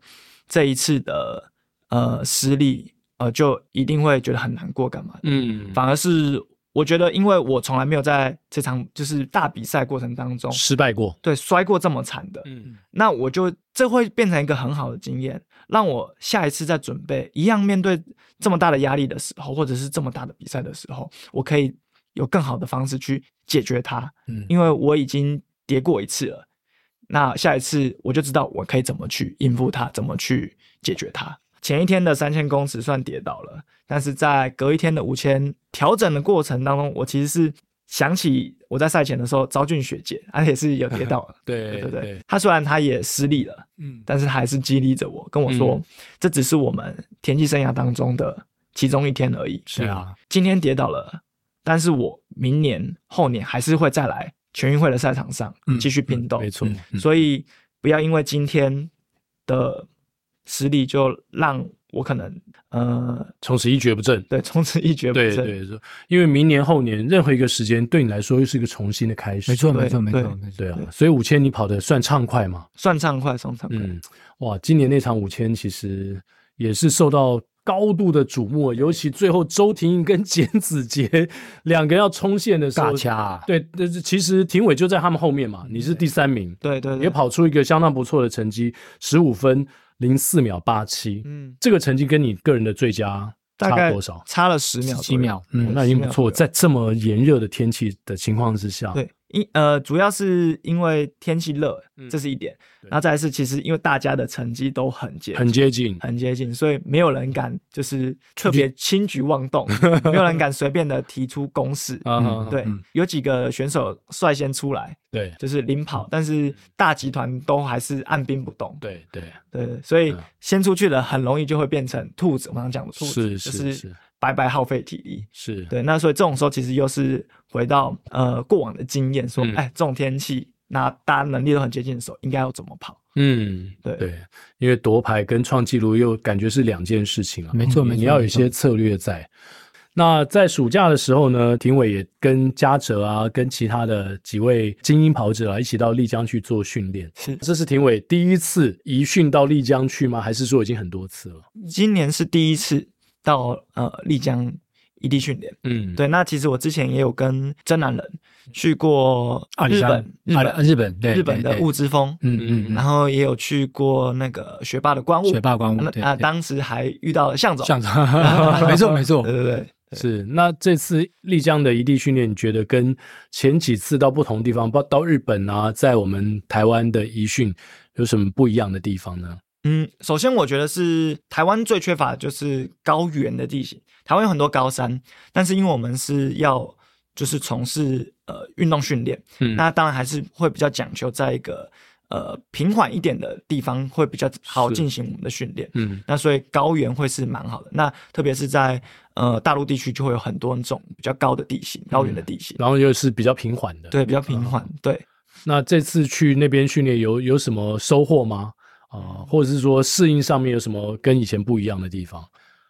Speaker 4: 这一次的呃失利，呃就一定会觉得很难过干嘛的。
Speaker 1: 嗯，
Speaker 4: 反而是我觉得，因为我从来没有在这场就是大比赛过程当中，
Speaker 1: 失败过，
Speaker 4: 对摔过这么惨的，
Speaker 1: 嗯
Speaker 4: 那我就这会变成一个很好的经验，让我下一次再准备一样面对这么大的压力的时候，或者是这么大的比赛的时候，我可以有更好的方式去解决它，
Speaker 3: 嗯
Speaker 4: 因为我已经跌过一次了。那下一次我就知道我可以怎么去应付它，怎么去解决它。前一天的三千公尺算跌倒了，但是在隔一天的五千调整的过程当中，我其实是想起我在赛前的时候，招俊学姐，而且是有跌倒 了，
Speaker 1: 对
Speaker 4: 对对对
Speaker 1: 对，
Speaker 4: 他虽然他也失利了，
Speaker 3: 嗯，
Speaker 4: 但是他还是激励着我，跟我说、
Speaker 1: 嗯
Speaker 4: 这只是我们田忌生涯当中的其中一天而已。
Speaker 1: 是啊，
Speaker 4: 今天跌倒了，但是我明年后年还是会再来全运会的赛场上
Speaker 3: 嗯
Speaker 4: 继续拼斗。
Speaker 1: 没错，嗯以
Speaker 4: 所以不要因为今天的失利就让我可能呃
Speaker 1: 从此一蹶不振。
Speaker 4: 对从此一蹶不
Speaker 1: 对
Speaker 4: 振。
Speaker 1: 对，是因为明年后年任何一个时间对你来说又是一个重新的开始。
Speaker 3: 没错没
Speaker 4: 对
Speaker 3: 错没错
Speaker 4: 对
Speaker 3: 没错，
Speaker 1: 对啊，所以五千你跑的算畅快嘛？
Speaker 4: 算畅快，算畅快。
Speaker 1: 嗯，哇，今年那场五千其实也是受到高度的瞩目，尤其最后周婷莹跟简子杰两个要冲线的时候
Speaker 3: 尬，掐啊，
Speaker 1: 对，但是其实廷伟就在他们后面嘛，你是第三名，
Speaker 4: 对对对，
Speaker 1: 也，跑出一个相当不错的成绩，十五分零四秒八七，
Speaker 4: 嗯，
Speaker 1: 这个成绩跟你个人的最佳
Speaker 4: 大
Speaker 1: 差
Speaker 4: 概
Speaker 1: 多少？
Speaker 4: 差了十秒，
Speaker 3: 七秒，
Speaker 1: 嗯，
Speaker 4: 对
Speaker 1: 那已经不
Speaker 4: 10
Speaker 1: 错，
Speaker 4: 秒左右
Speaker 1: 在这么炎热的天气的情况之下，
Speaker 4: 对，因呃，主要是因为天气热
Speaker 1: 嗯，
Speaker 4: 这是一点。
Speaker 1: 对
Speaker 4: 然后再来是，其实因为大家的成绩都很接
Speaker 1: 很接近，
Speaker 4: 很接近，所以没有人敢就是特别轻举妄 动，没有人敢随便的提出攻势。
Speaker 1: 啊，
Speaker 4: 嗯对，有几个选手率先出来，
Speaker 1: 对
Speaker 4: 就是领跑，但
Speaker 1: 嗯
Speaker 4: 是大集团都还是按兵不动。
Speaker 1: 对对，
Speaker 4: 对对，所以
Speaker 1: 嗯
Speaker 4: 先出去的很容易就会变成兔子。我刚刚讲的兔
Speaker 1: 是
Speaker 4: 子，
Speaker 1: 是
Speaker 4: 就是白白耗费体力。
Speaker 1: 是，
Speaker 4: 对，那所以这种时候其实又是回到呃过往的经验，说
Speaker 1: 嗯
Speaker 4: 哎、这种天气，那大家能力都很接近的时候，应该要怎么跑？
Speaker 1: 嗯，
Speaker 4: 对
Speaker 1: 对，因为夺牌跟创纪录又感觉是两件事情啊，
Speaker 3: 没错
Speaker 1: 你
Speaker 3: 没错
Speaker 1: 你要有一些策略在。那在暑假的时候呢，廷伟也跟嘉哲啊，跟其他的几位精英跑者啊，一起到丽江去做训练。
Speaker 4: 是
Speaker 1: 这是廷伟第一次移训到丽江去吗？还是说已经很多次了？
Speaker 4: 今年是第一次到呃丽江异地训练。
Speaker 1: 嗯，
Speaker 4: 对，那其实我之前也有跟真男人去过
Speaker 3: 阿里
Speaker 4: 日
Speaker 3: 山
Speaker 4: 本，日
Speaker 3: 啊
Speaker 4: 本
Speaker 3: 日本对
Speaker 4: 日本
Speaker 3: 对
Speaker 4: 的
Speaker 3: 对
Speaker 4: 雾之峰，
Speaker 3: 嗯嗯嗯，
Speaker 4: 然后也有去过那个学霸的观雾，
Speaker 3: 学霸观雾
Speaker 4: 那
Speaker 3: 对
Speaker 4: 啊，
Speaker 3: 对
Speaker 4: 当时还遇到了向总，
Speaker 3: 像
Speaker 4: 嗯
Speaker 3: 没错没错
Speaker 4: 对，对对，
Speaker 1: 是。那这次丽江的一地训练，你觉得跟前几次到不同地方，包到日本啊，在我们台湾的移训有什么不一样的地方呢？
Speaker 4: 嗯，首先我觉得是台湾最缺乏的就是高原的地形。台湾有很多高山，但是因为我们是要就是从事呃运动训练，
Speaker 1: 嗯
Speaker 4: 那当然还是会比较讲究在一个呃平缓一点的地方会比较好
Speaker 1: 是
Speaker 4: 进行我们的训练。
Speaker 1: 嗯
Speaker 4: 那所以高原会是蛮好的。那特别是在呃大陆地区就会有很多那种比较高的地形，高原的地形，
Speaker 1: 然后又是比较平缓的。，
Speaker 4: 对，比较平缓，对。
Speaker 1: 那这次去那边训练有有什么收获吗？啊、或者是说适应上面有什么跟以前不一样的地方？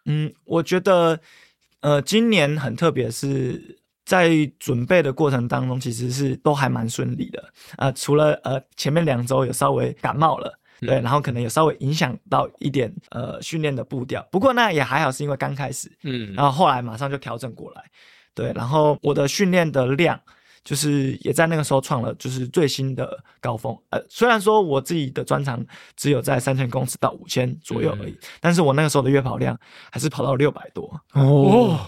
Speaker 4: 嗯，我觉得，呃，今年很特别，是在准备的过程当中，其实是都还蛮顺利的。呃，除了呃前面两周有稍微感冒了。对，然后可能有稍微影响到一点呃训练的步调，不过那也还好，是因为刚开始，
Speaker 1: 嗯
Speaker 4: 然后后来马上就调整过来。对，然后我的训练的量就是也在那个时候创了就是最新的高峰。呃，虽然说我自己的专长只有在三千公尺到五千左右而
Speaker 1: 嗯
Speaker 4: 已，但是我那个时候的月跑量还是跑到六百多。
Speaker 3: 哦，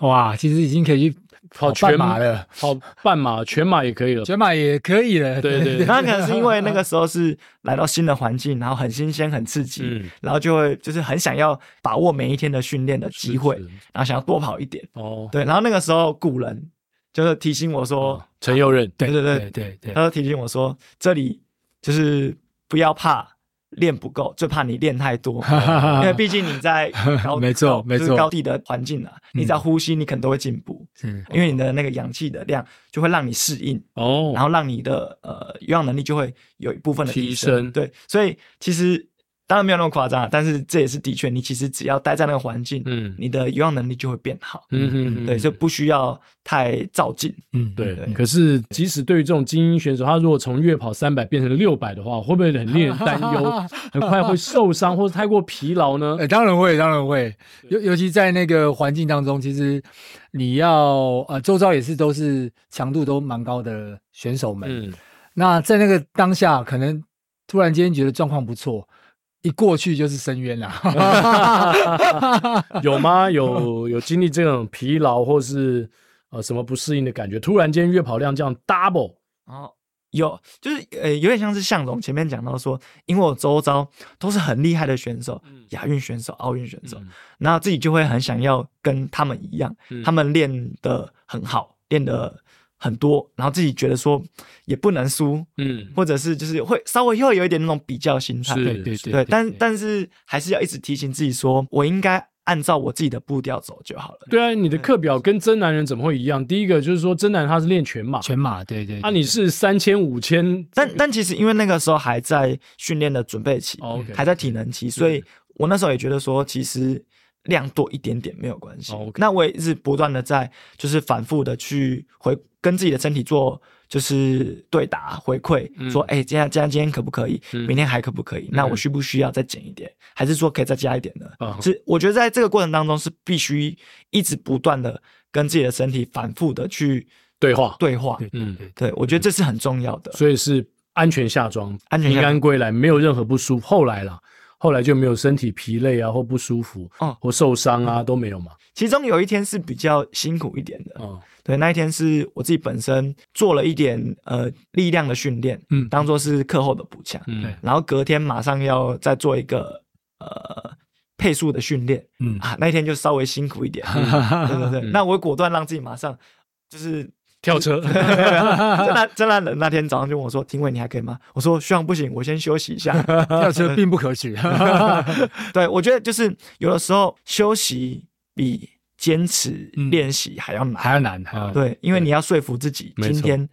Speaker 3: 哇，其实已经可以去跑
Speaker 1: 全
Speaker 3: 半马了，
Speaker 1: 跑半马、全马也可以了。
Speaker 3: 全马也可以了，
Speaker 1: 对 对对
Speaker 4: 那可能是因为那个时候是来到新的环境，然后很新鲜、很刺激，
Speaker 1: 嗯
Speaker 4: 然后就会就是很想要把握每一天的训练的机会，
Speaker 1: 是是
Speaker 4: 然后想要多跑一点。
Speaker 1: 哦，
Speaker 4: 对，然后那个时候古人就是提醒我说，
Speaker 1: 陈佑任，
Speaker 4: 对对对
Speaker 3: 对对对
Speaker 4: 他，就提醒我说，这里就是不要怕练不够，最怕你练太多， 因为毕竟你在高
Speaker 3: 没错
Speaker 4: 高
Speaker 3: 没
Speaker 4: 就是
Speaker 3: 错
Speaker 4: 高地的环境啊，
Speaker 1: 嗯
Speaker 4: 你在呼吸，你可能都会进步，
Speaker 3: 嗯
Speaker 4: 因为你的那个氧气的量就会让你适应，
Speaker 1: 哦，
Speaker 4: 然后让你的呃有氧能力就会有一部分的
Speaker 1: 提
Speaker 4: 提
Speaker 1: 升
Speaker 4: 对，所以其实当然没有那么夸张啊，但是这也是的确，你其实只要待在那个环境，
Speaker 1: 嗯
Speaker 4: 你的有氧能力就会变好。
Speaker 1: 嗯嗯，
Speaker 4: 对，所以不需要太照进。
Speaker 3: 嗯，
Speaker 1: 对
Speaker 4: 对，
Speaker 1: 可是即使对于这种精英选手，他如果从月跑三百变成六百的话，会不会很令人担忧？很快会受伤或者太过疲劳呢
Speaker 3: 哎、？当然会，当然会，尤尤其在那个环境当中，其实你要呃，周遭也是都是强度都蛮高的选手们。
Speaker 1: 嗯，
Speaker 3: 那在那个当下，可能突然间觉得状况不错，一过去就是深渊啦。
Speaker 1: 有吗？有有经历这种疲劳或是呃什么不适应的感觉？突然间月跑量这样 double，
Speaker 4: 然后哦有就是呃，有点像是向总前面讲到说，因为我周遭都是很厉害的选手，
Speaker 1: 嗯
Speaker 4: 亚运选手、奥运选手，那自己就会很想要跟他们一样，
Speaker 1: 嗯
Speaker 4: 他们练得很好，练得很多，然后自己觉得说也不能输，
Speaker 1: 嗯，
Speaker 4: 或者是就是会稍微会有一点那种比较心态，
Speaker 1: 是
Speaker 3: 对对对
Speaker 4: 对，但但是还是要一直提醒自己说，我应该按照我自己的步调走就好了。
Speaker 1: 对啊，你的课表跟真男人怎么会一样？第一个就是说真男人他是练全马，
Speaker 3: 全马，对对
Speaker 1: 啊你是 三千五千，
Speaker 4: 但但其实因为那个时候还在训练的准备期，
Speaker 1: 哦，OK
Speaker 4: 还在体能期，所以我那时候也觉得说，其实量多一点点没有关系。
Speaker 1: 哦，OK
Speaker 4: 那我也是不断的在就是反复的去回跟自己的身体做就是对答回馈，
Speaker 1: 嗯
Speaker 4: 说哎、今天今天今天可不可以？
Speaker 1: 嗯
Speaker 4: 明天还可不可以？那我需不需要再减一点？还是说可以再加一点呢？
Speaker 1: 哦
Speaker 4: 是我觉得在这个过程当中是必须一直不断的跟自己的身体反复的去
Speaker 1: 对话，
Speaker 4: 对话。
Speaker 3: 对
Speaker 1: 嗯，
Speaker 4: 对，我觉得这是很重要的。
Speaker 1: 所以是安全下庄，
Speaker 4: 安全下
Speaker 1: 平
Speaker 4: 庄
Speaker 1: 安归来，没有任何不舒服。后来啦，后来就没有身体疲累啊，或不舒服，
Speaker 4: 哦
Speaker 1: 或受伤啊，都没有嘛。
Speaker 4: 其中有一天是比较辛苦一点的，
Speaker 3: 嗯
Speaker 1: 哦，
Speaker 4: 对，那一天是我自己本身做了一点呃力量的训练，
Speaker 3: 嗯
Speaker 4: 当做是课后的补强，
Speaker 1: 嗯
Speaker 3: 对，
Speaker 4: 然后隔天马上要再做一个呃配速的训练
Speaker 3: 嗯，
Speaker 4: 啊，那一天就稍微辛苦一 点，对对
Speaker 1: 嗯
Speaker 4: 对，那我果断让自己马上 就是。
Speaker 1: 跳车，
Speaker 4: 那真那那天早上就问我说：“廷伟，你还可以吗？”我说：“希望不行，我先休息 一下。
Speaker 3: 跳车并不可取。
Speaker 4: 对，我觉得就是有的时候休息比坚持
Speaker 3: 嗯
Speaker 4: 练习还要难，
Speaker 3: 还要难，还
Speaker 1: 哦
Speaker 3: 要难。
Speaker 4: 对，因为
Speaker 1: 嗯对
Speaker 4: 你要说服自己，
Speaker 1: 没
Speaker 4: 今
Speaker 1: 错
Speaker 4: 天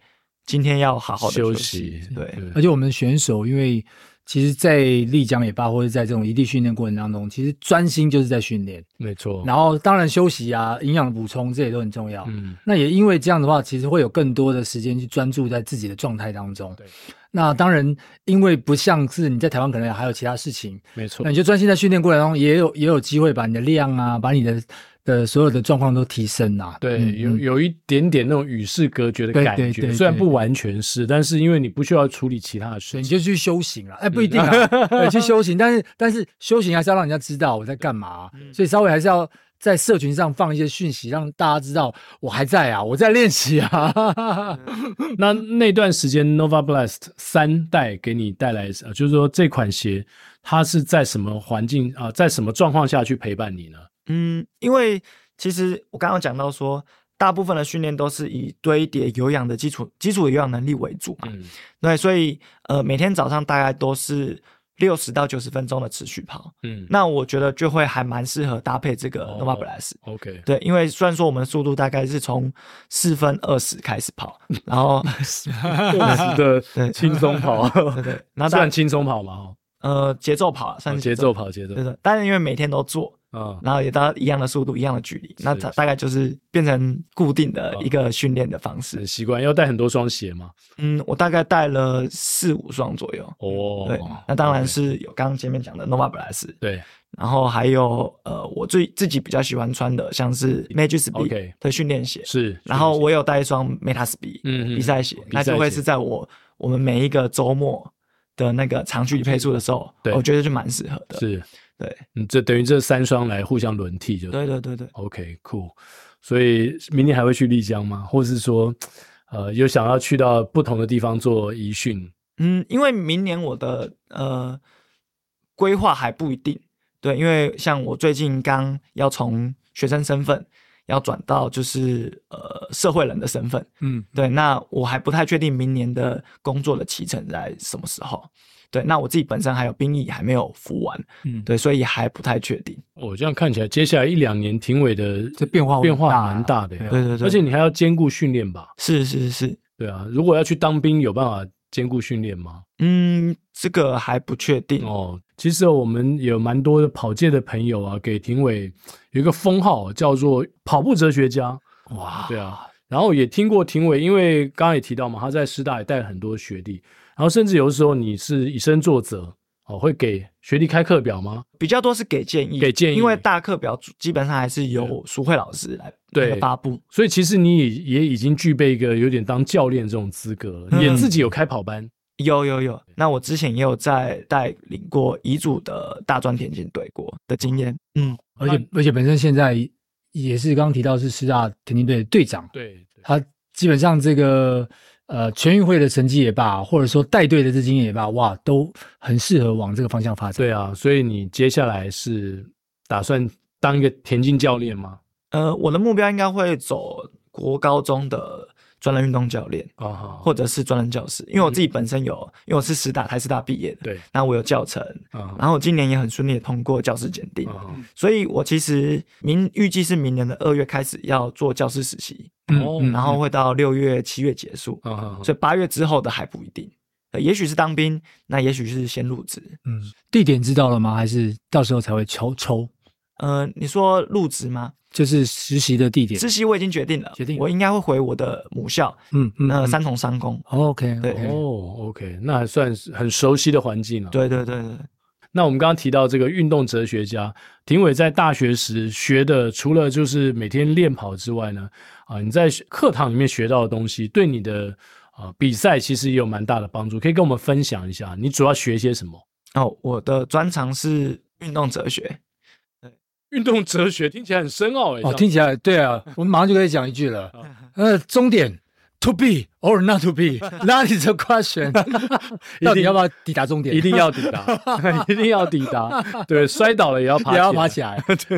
Speaker 4: 今天要好好的
Speaker 1: 休
Speaker 4: 息
Speaker 1: 息。，
Speaker 4: 对，
Speaker 3: 而且我们选手，因为其实，在丽江也罢，或者在这种异地训练过程当中，其实专心就是在训练，
Speaker 1: 没错。
Speaker 3: 然后当然休息啊、营养的补充，这也都很重要。
Speaker 1: 嗯，
Speaker 3: 那也因为这样的话，其实会有更多的时间去专注在自己的状态当中。
Speaker 1: 对，
Speaker 3: 那当然，因为不像是你在台湾，可能还有其他事情，
Speaker 1: 没错
Speaker 3: 那。你就专心在训练过程中，也有也有机会把你的量啊，把你的的所有的状况都提升啊。
Speaker 1: 对，
Speaker 3: 嗯
Speaker 1: 有有一点点那种与世隔绝的
Speaker 3: 对
Speaker 1: 感
Speaker 3: 对
Speaker 1: 觉，
Speaker 3: 对
Speaker 1: 虽然
Speaker 3: 对
Speaker 1: 不完全是，但是因为你不需要处理其他的
Speaker 3: 所
Speaker 1: 事
Speaker 3: 以你
Speaker 1: 情，
Speaker 3: 就去修行了，哎，不一定 啊，对，去修行，但是但是修行还是要让人家知道我在干嘛啊、
Speaker 1: 嗯
Speaker 3: 所以稍微还是要在社群上放一些讯息，让大家知道我还在啊，我在练习啊。
Speaker 1: 嗯 那那段时间，Nova Blast 三代给你带来，呃就是说这款鞋它是在什么环境啊、在什么状况下去陪伴你呢？
Speaker 4: 嗯，因为其实我刚刚讲到说，大部分的训练都是以堆叠有氧的基础基础的有氧能力为主嘛，
Speaker 1: 嗯
Speaker 4: 对，所以呃，每天早上大概都是六十到九十分钟的持续跑，
Speaker 1: 嗯
Speaker 4: 那我觉得就会还蛮适合搭配这个
Speaker 1: 哦
Speaker 4: Nova Blast。
Speaker 1: ，OK，
Speaker 4: 对，因为虽然说我们的速度大概是从四分二十开始跑，然后
Speaker 1: 二 十的轻松跑，
Speaker 4: 对对，然后大
Speaker 1: 算
Speaker 4: 家
Speaker 1: 轻松跑嘛，哦
Speaker 4: 呃节奏跑啊算
Speaker 1: 哦，
Speaker 4: 是
Speaker 1: 节奏跑，节奏
Speaker 4: 对的，但是因为每天都做，
Speaker 1: 啊，
Speaker 4: 然后也到一样的速度、一样的距离，那大
Speaker 1: 是哦
Speaker 4: 大概就是变成固定的一个训练的方式
Speaker 1: 很。习惯，要带很多双鞋嘛。
Speaker 4: 嗯，我大概带了四五双左右。
Speaker 1: 哦，
Speaker 4: 对，那当然是有刚刚前面讲的 Nova Blast，
Speaker 1: 对，
Speaker 4: 然后还有呃，我最自己比较喜欢穿的像是 Magic
Speaker 1: OK
Speaker 4: Speed 的训练鞋，
Speaker 1: 是。
Speaker 4: 然后我有带一双 Meta Speed
Speaker 1: 嗯嗯
Speaker 4: 比赛鞋
Speaker 1: 嗯，
Speaker 4: 那就
Speaker 1: 比赛
Speaker 4: 会
Speaker 1: 鞋
Speaker 4: 是在我我们每一个周末的那个长距离配速的时候
Speaker 1: 对，
Speaker 4: 我觉得就蛮适合的。
Speaker 1: 是，
Speaker 4: 对，
Speaker 1: 嗯，这等于这三双来互相轮替就
Speaker 4: 对对对对。
Speaker 1: OK cool。所以明年还会去丽江吗？或是说，呃，有想要去到不同的地方做移训？
Speaker 4: 嗯，因为明年我的呃规划还不一定，对，因为像我最近刚要从学生身份要转到就是呃社会人的身份，
Speaker 3: 嗯，
Speaker 4: 对，那我还不太确定明年的工作的期程在什么时候，对，那我自己本身还有兵役还没有服完，
Speaker 3: 嗯
Speaker 4: 对，所以还不太确定，
Speaker 1: 我、哦这样看起来，接下来一两年廷伟的
Speaker 3: 这变化会
Speaker 1: 变
Speaker 3: 很
Speaker 1: 化
Speaker 3: 大啊
Speaker 1: 蛮大的耶，
Speaker 3: 对
Speaker 4: 对对对，
Speaker 1: 而且你还要兼顾训练吧？
Speaker 4: 是是是，
Speaker 1: 对啊，如果要去当兵，有办法兼顾训练吗？
Speaker 4: 嗯，这个还不确定，
Speaker 1: 哦，其实我们有蛮多的跑界的朋友啊，给廷伟有一个封号叫做“跑步哲学家”。
Speaker 3: 哇，
Speaker 1: 对啊，然后也听过廷伟，因为刚刚也提到嘛，他在师大也带了很多学弟，然后甚至有的时候你是以身作则哦，会给学弟开课表吗？
Speaker 4: 比较多是给建议，
Speaker 1: 给建议
Speaker 4: 因为大课表主基本上还是由淑慧老师来
Speaker 1: 对
Speaker 4: 那个发布，
Speaker 1: 所以其实你也也已经具备一个有点当教练这种资格了，你也
Speaker 4: 嗯
Speaker 1: 自己有开跑班，
Speaker 4: 有有有。那我之前也有在带领过遗嘱的大专田径队过的经验，嗯，
Speaker 3: 而且而且本身现在也是刚刚提到是师大田径队的队长，
Speaker 1: 对，
Speaker 3: 他基本上这个呃全运会的成绩也罢，或者说带队的这经验也罢，哇，都很适合往这个方向发展。
Speaker 1: 对啊，所以你接下来是打算当一个田径教练吗？
Speaker 4: 呃，我的目标应该会走国高中的专人运动教练。
Speaker 1: 啊哈，
Speaker 4: 或者是专任教师，因为我自己本身有，因为我是师大台师大毕业的，
Speaker 1: 对
Speaker 4: 那我有教程，
Speaker 1: 啊
Speaker 4: 然后我今年也很顺利地通过教师检定，
Speaker 1: 啊
Speaker 4: 所以我其实明预计是明年的二月开始要做教师实习，
Speaker 1: 哦
Speaker 4: 然后会到六月、七月结束，
Speaker 1: 啊
Speaker 4: 所以八月之后的还不一定，呃也许是当兵，那也许是先入职。
Speaker 3: 嗯，地点知道了吗？还是到时候才会抽抽？
Speaker 4: 呃，你说入职吗？
Speaker 3: 就是实习的地点。
Speaker 4: 实习我已经决定了，
Speaker 3: 决定了
Speaker 4: 我应该会回我的母校，
Speaker 3: 嗯嗯
Speaker 4: 那
Speaker 3: 嗯
Speaker 4: 三重三公。
Speaker 3: OK，
Speaker 4: 对
Speaker 1: 哦，OK，那还算是很熟悉的环境了、
Speaker 4: 对对对对，
Speaker 1: 那我们刚刚提到这个运动哲学家廷伟在大学时学的，除了就是每天练跑之外呢，啊，你在学课堂里面学到的东西，对你的啊比赛其实也有蛮大的帮助。可以跟我们分享一下，你主要学些什么？
Speaker 4: 哦，我的专长是运动哲学，
Speaker 1: 运动哲学听起来很深奥哎。
Speaker 3: 哦，听起来对啊，我们马上就可以讲一句了。
Speaker 4: 嗯
Speaker 3: 呃，终点 to be or not to be，that is the question 到底要不要抵达终点？
Speaker 1: 一定要抵 达，一定要抵达。对，摔倒了也要爬，
Speaker 3: 也要爬起来。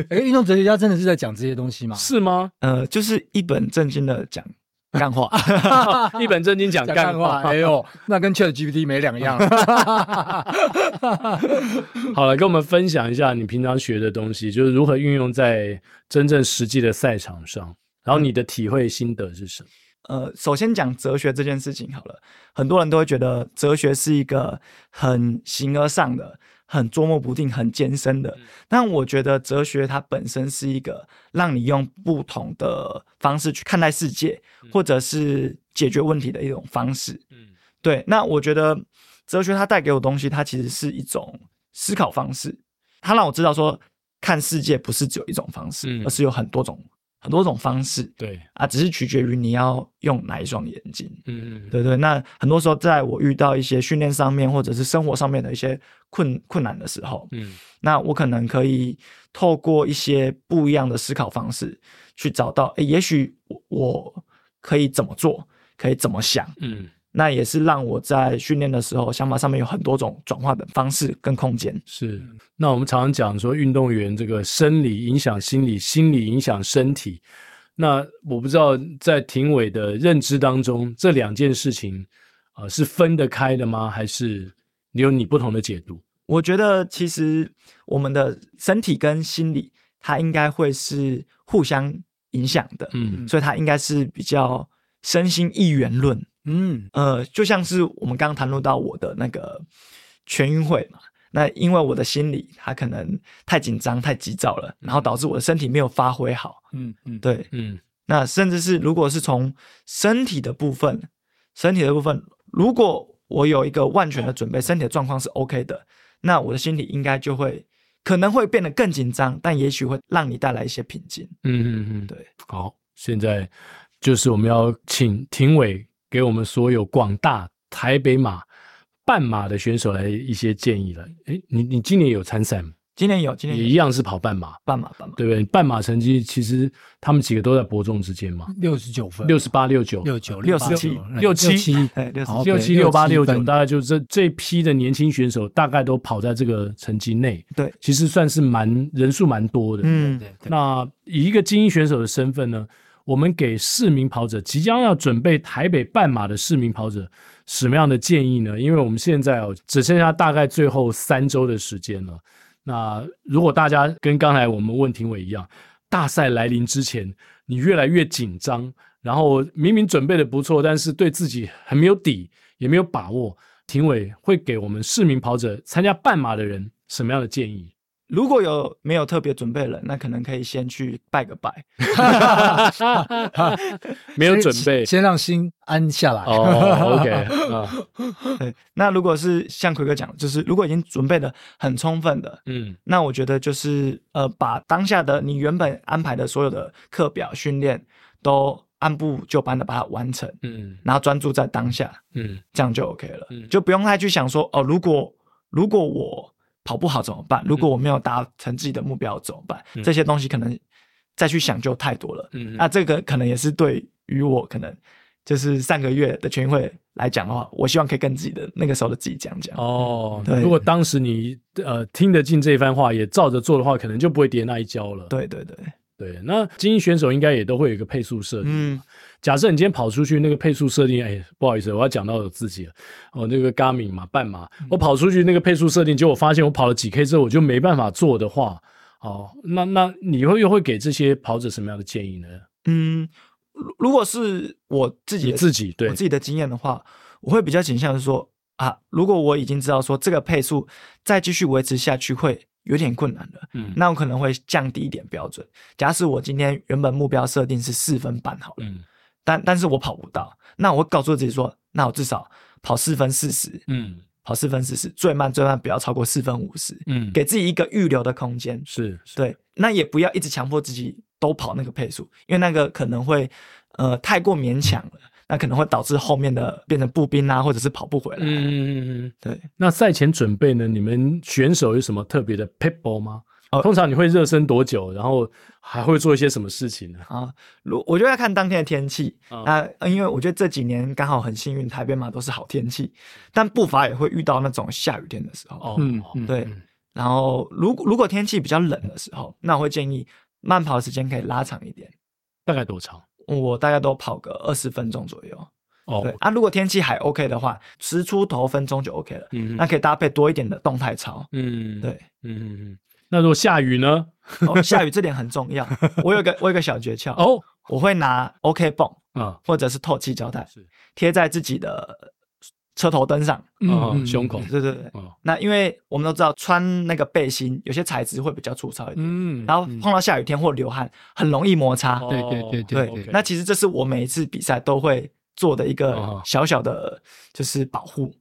Speaker 3: 哎，运动哲学家真的是在讲这些东西吗？
Speaker 1: 是 吗？
Speaker 4: 呃，就是一本正经的讲干话。
Speaker 1: 一本正经讲
Speaker 3: 讲
Speaker 1: 干话。
Speaker 3: 哎呦，那跟 Chat GPT 没两样。
Speaker 1: 好了，跟我们分享一下你平常学的东西，就是如何运用在真正实际的赛场上，然后你的体会心得是什么？
Speaker 4: 呃，首先讲哲学这件事情好了，很多人都会觉得哲学是一个很形而上的、很捉摸不定、很艰深的。但我觉得哲学它本身是一个让你用不同的方式去看待世界，或者是解决问题的一种方式。
Speaker 1: 嗯
Speaker 4: 对，那我觉得哲学它带给我的东西，它其实是一种思考方式，它让我知道说，看世界不是只有一种方式，
Speaker 1: 嗯
Speaker 4: 而是有很多种很多种方式。
Speaker 1: 对，
Speaker 4: 啊，只是取决于你要用哪一双眼睛。
Speaker 1: 嗯，
Speaker 4: 对对，那很多时候，在我遇到一些训练上面或者是生活上面的一些困困难的时候，
Speaker 1: 嗯
Speaker 4: 那我可能可以透过一些不一样的思考方式，去找到，诶，也许我我可以怎么做，可以怎么想，
Speaker 1: 嗯，
Speaker 4: 那也是让我在训练的时候想法上面有很多种转化的方式跟空间。
Speaker 1: 是。
Speaker 4: 嗯
Speaker 1: 那我们常常讲说，运动员这个生理影响心理，心理影响身体。那我不知道在庭伟的认知当中，这两件事情啊、呃是分得开的吗？还是你有你不同的解读？
Speaker 4: 我觉得其实我们的身体跟心理，它应该会是互相影响的。
Speaker 1: 嗯
Speaker 4: 所以它应该是比较身心一元论。
Speaker 3: 嗯，
Speaker 4: 呃，就像是我们刚刚谈论到我的那个全运会嘛，那因为我的心理它可能太紧张、太急躁了，然后导致我的身体没有发挥好。
Speaker 3: 嗯嗯，
Speaker 4: 对，
Speaker 1: 嗯
Speaker 4: 那甚至是如果是从身体的部分，身体的部分，如果我有一个万全的准备，身体的状况是 OK 的，那我的心理应该就会可能会变得更紧张，但也许会让你带来一些平静。
Speaker 1: 嗯嗯嗯，
Speaker 4: 对，
Speaker 1: 好，现在就是我们要请庭伟给我们所有广大台北马半马的选手来一些建议了。诶，你你今年有参赛吗？
Speaker 4: 今年有，今
Speaker 1: 也
Speaker 4: 年
Speaker 1: 一
Speaker 4: 有
Speaker 1: 样是跑半马，
Speaker 4: 半马，半马。
Speaker 1: 对不对？半马成绩其实他们几个都在伯仲之间嘛，
Speaker 3: 六十九分，
Speaker 1: 六十八、六九、
Speaker 3: 嗯六九
Speaker 4: 67
Speaker 1: 六
Speaker 3: 六
Speaker 1: 七
Speaker 3: 七，
Speaker 4: 哎，六十
Speaker 3: 好
Speaker 1: 六七、六八、六九，
Speaker 3: 分
Speaker 1: 大概就这这批的年轻选手大概都跑在这个成绩内，
Speaker 4: 对，
Speaker 1: 其实算是蛮人数蛮多的。
Speaker 4: 嗯，
Speaker 3: 对对，
Speaker 1: 那以一个精英选手的身份呢，我们给市民跑者即将要准备台北半马的市民跑者什么样的建议呢？因为我们现在哦只剩下大概最后三周的时间了。那如果大家跟刚才我们问评委一样，大赛来临之前，你越来越紧张，然后明明准备的不错，但是对自己很没有底，也没有把握。评委会给我们市民跑者参加半马的人什么样的建议？
Speaker 4: 如果有没有特别准备的人，那可能可以先去拜个拜。
Speaker 1: 没有准备
Speaker 3: 先先让心安下来。
Speaker 1: 哦，OK 啊，
Speaker 4: 对，那如果是像奎哥讲的，就是如果已经准备的很充分的，
Speaker 1: 嗯
Speaker 4: 那我觉得就是呃，把当下的你原本安排的所有的课表训练都按部就班的把它完成，
Speaker 1: 嗯
Speaker 4: 然后专注在当下，
Speaker 1: 嗯
Speaker 4: 这样就 OK 了，
Speaker 1: 嗯
Speaker 4: 就不用太去想说哦，如果如果我跑不好怎么办？如果我没有达成自己的目标怎么办？
Speaker 1: 嗯
Speaker 4: 这些东西可能再去想就太多了。
Speaker 1: 嗯，
Speaker 4: 那这个可能也是对于我可能就是上个月的全运会来讲的话，我希望可以跟自己的那个时候的自己讲讲。
Speaker 1: 哦，
Speaker 4: 对
Speaker 1: 如果当时你呃听得进这一番话，也照着做的话，可能就不会跌那一跤了。
Speaker 4: 对对对，
Speaker 1: 对，那精英选手应该也都会有一个配速设定。
Speaker 4: 嗯，
Speaker 1: 假设你今天跑出去，那个配速设定，哎，不好意思，我要讲到我自己了。哦，那个 Garmin 嘛，半马，
Speaker 4: 嗯
Speaker 1: 我跑出去那个配速设定，结果发现我跑了几 K 之后，我就没办法做的话，哦，那那你会又会给这些跑者什么样的建议呢？
Speaker 4: 嗯，如如果是我自己
Speaker 1: 你
Speaker 4: 的
Speaker 1: 自己对
Speaker 4: 我自己的经验的话，我会比较倾向是说啊，如果我已经知道说这个配速再继续维持下去会有点困难了，
Speaker 1: 嗯
Speaker 4: 那我可能会降低一点标准。假使我今天原本目标设定是四分半好了，
Speaker 1: 嗯
Speaker 4: 但但是我跑不到，那我会告诉自己说，那我至少跑四分四十，
Speaker 1: 嗯
Speaker 4: 跑四分四十，最慢最慢不要超过四分五十，
Speaker 1: 嗯，
Speaker 4: 给自己一个预留的空间。
Speaker 1: 是是
Speaker 4: 对，那也不要一直强迫自己都跑那个配速，因为那个可能会呃太过勉强了，那可能会导致后面的变成步兵啊，或者是跑不回来。
Speaker 1: 嗯嗯嗯嗯嗯。
Speaker 4: 对，
Speaker 1: 那赛前准备呢？你们选手有什么特别的 p e b b l e 吗？
Speaker 4: 哦
Speaker 1: 通常你会热身多久？然后还会做一些什么事情呢？
Speaker 4: 啊，如我就要看当天的天气
Speaker 1: 嗯
Speaker 4: 啊、因为我觉得这几年刚好很幸运，台北嘛都是好天气，但不乏也会遇到那种下雨天的时候。
Speaker 1: 哦，
Speaker 4: 嗯，
Speaker 1: 哦
Speaker 4: 对。然后如果如果天气比较冷的时候，那我会建议慢跑的时间可以拉长一点，
Speaker 1: 大概多长？
Speaker 4: 我大概都跑个二十分钟左右。
Speaker 1: 哦，
Speaker 4: 对啊，如果天气还 OK 的话，十出头分钟就 OK 了。
Speaker 1: 嗯
Speaker 4: 那可以搭配多一点的动态操。
Speaker 1: 嗯，
Speaker 4: 对，
Speaker 1: 嗯嗯嗯。那如果下雨呢？
Speaker 4: 哦，下雨这点很重要。我有一个我有一个小诀窍哦，
Speaker 1: 哦，
Speaker 4: 我会拿 OK 泵
Speaker 1: 啊，
Speaker 4: 或者是透气胶带
Speaker 1: 是，
Speaker 4: 贴在自己的车头灯上。
Speaker 1: 哦，胸口，
Speaker 4: 对对对。
Speaker 1: 哦，
Speaker 4: 那因为我们都知道穿那个背心，有些材质会比较粗糙一点，
Speaker 1: 嗯
Speaker 4: 然后碰到下雨天或流汗，很容易摩擦。
Speaker 1: 哦
Speaker 3: 对对对
Speaker 4: 对
Speaker 1: OK
Speaker 4: 那其实这是我每一次比赛都会做的一
Speaker 1: 哦
Speaker 4: 个小小的，就是保护，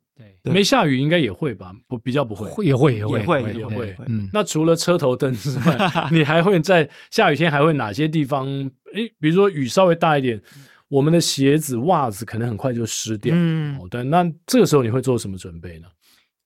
Speaker 4: 对
Speaker 1: 没下雨应该也会吧？不，比较不会。
Speaker 3: 也会也
Speaker 4: 也
Speaker 3: 会
Speaker 4: 会
Speaker 1: 会也
Speaker 4: 也
Speaker 1: 会
Speaker 4: 会。
Speaker 3: 嗯，
Speaker 1: 那除了车头灯之 外，你还会在下雨天还会哪些地方？诶，比如说雨稍微大一点，我们的鞋子、袜子可能很快就湿掉。
Speaker 4: 嗯，
Speaker 1: 哦，对，那这个时候你会做什么准备呢？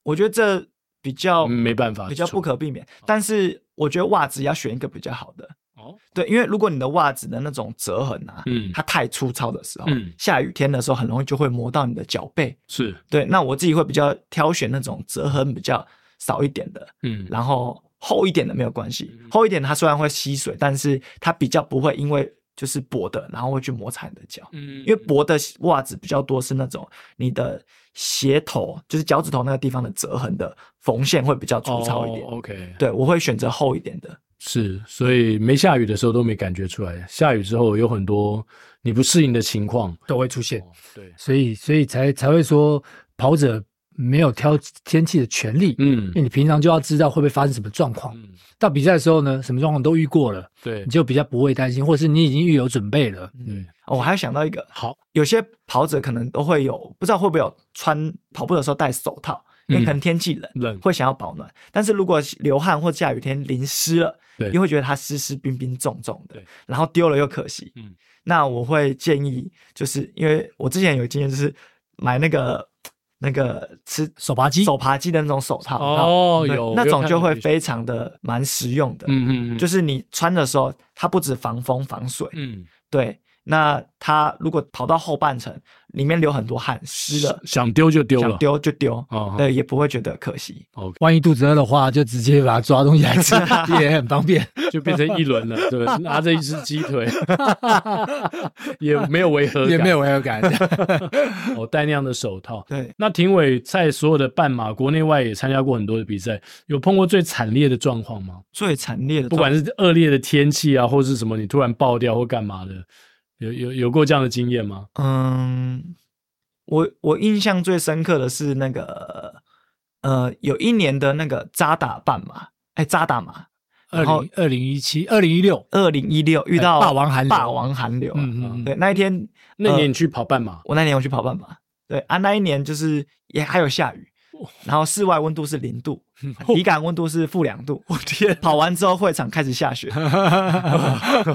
Speaker 4: 我觉得这比较
Speaker 1: 嗯没办法，
Speaker 4: 哦比较不可避免。但是我觉得袜子要选一个比较好的，
Speaker 1: 哦，
Speaker 4: 对，因为如果你的袜子的那种折痕啊，
Speaker 1: 嗯
Speaker 4: 它太粗糙的时候，
Speaker 1: 嗯
Speaker 4: 下雨天的时候很容易就会磨到你的脚背。
Speaker 1: 是，
Speaker 4: 对，那我自己会比较挑选那种折痕比较少一点的，
Speaker 1: 嗯，
Speaker 4: 然后厚一点的没有关系。厚一点它虽然会吸水，但是它比较不会因为就是薄的，然后会去摩擦你的脚。
Speaker 1: 嗯，
Speaker 4: 因为薄的袜子比较多是那种你的鞋头，就是脚趾头那个地方的折痕的缝线会比较粗糙一点。
Speaker 1: 哦、OK，
Speaker 4: 对，我会选择厚一点的。
Speaker 1: 是，所以没下雨的时候都没感觉出来，下雨之后有很多你不适应的情况。
Speaker 3: 都会出现，
Speaker 1: 哦对，
Speaker 3: 所以所以才才会说跑者没有挑天气的权利，
Speaker 1: 嗯
Speaker 3: 因为你平常就要知道会不会发生什么状况。
Speaker 1: 嗯，
Speaker 3: 到比赛的时候呢，什么状况都遇过了，
Speaker 1: 对
Speaker 3: 你就比较不会担心，或者是你已经预有准备了。
Speaker 1: 对，
Speaker 4: 哦，我还想到一个，
Speaker 1: 好，
Speaker 4: 有些跑者可能都会有，不知道会不会有穿跑步的时候戴手套，
Speaker 1: 嗯
Speaker 4: 因为可能天气冷，
Speaker 1: 冷
Speaker 4: 会想要保暖。但是如果流汗或下雨天淋湿了，
Speaker 1: 对
Speaker 4: 又会觉得它湿湿冰冰重重的
Speaker 1: 对，
Speaker 4: 然后丢了又可惜。
Speaker 1: 嗯，
Speaker 4: 那我会建议，就是因为我之前有经验，就是买那个那个吃
Speaker 3: 手扒鸡
Speaker 4: 手扒鸡的那种手套，
Speaker 1: 哦
Speaker 4: 对
Speaker 1: 有
Speaker 4: 那
Speaker 1: 我有
Speaker 4: 种
Speaker 1: 看
Speaker 4: 就
Speaker 1: 到
Speaker 4: 会
Speaker 1: 你
Speaker 4: 非常的蛮实用的。
Speaker 1: 嗯嗯，嗯
Speaker 4: 就是你穿的时候，它不止防风防水，
Speaker 1: 嗯，
Speaker 4: 对，那它如果跑到后半程，里面流很多汗，湿了，
Speaker 1: 想丢就丢
Speaker 4: 想
Speaker 1: 了，
Speaker 4: 丢就丢，
Speaker 1: 哦
Speaker 4: 对，也不会觉得可惜。
Speaker 3: 万一肚子饿的话，就直接把它抓东西来 吃，也很方便。
Speaker 1: 就变成一轮了，对不对，拿着一只鸡腿， 也没有违和感，
Speaker 3: 也没有违和感。
Speaker 1: 我戴那样的手套。
Speaker 4: 对，
Speaker 1: 那廷伟在所有的半马，国内外也参加过很多的比赛，有碰过最惨烈的状况吗？
Speaker 4: 最惨烈的
Speaker 1: 不
Speaker 4: 状，
Speaker 1: 管是恶劣的天气啊，或是什么，你突然爆掉或干嘛的，有有有过这样的经验吗？
Speaker 4: 嗯，我我印象最深刻的是那个。呃有一年的那个扎打半马，哎扎打马，
Speaker 1: 二
Speaker 4: 然后
Speaker 1: 零二零一七、二零一六，
Speaker 4: 二零一六遇
Speaker 3: 哎
Speaker 4: 到
Speaker 3: 霸王寒流
Speaker 4: 霸王寒流啊，
Speaker 1: 嗯嗯嗯
Speaker 4: 对那一天
Speaker 1: 那年你去跑半马，
Speaker 4: 我那年我去跑半马，对啊，那一年就是也还有下雨，然后室外温度是零度，
Speaker 1: 哦
Speaker 4: 体感温度是负两度。我天！跑完之后会场开始 下雪，
Speaker 3: 嗯
Speaker 4: 啊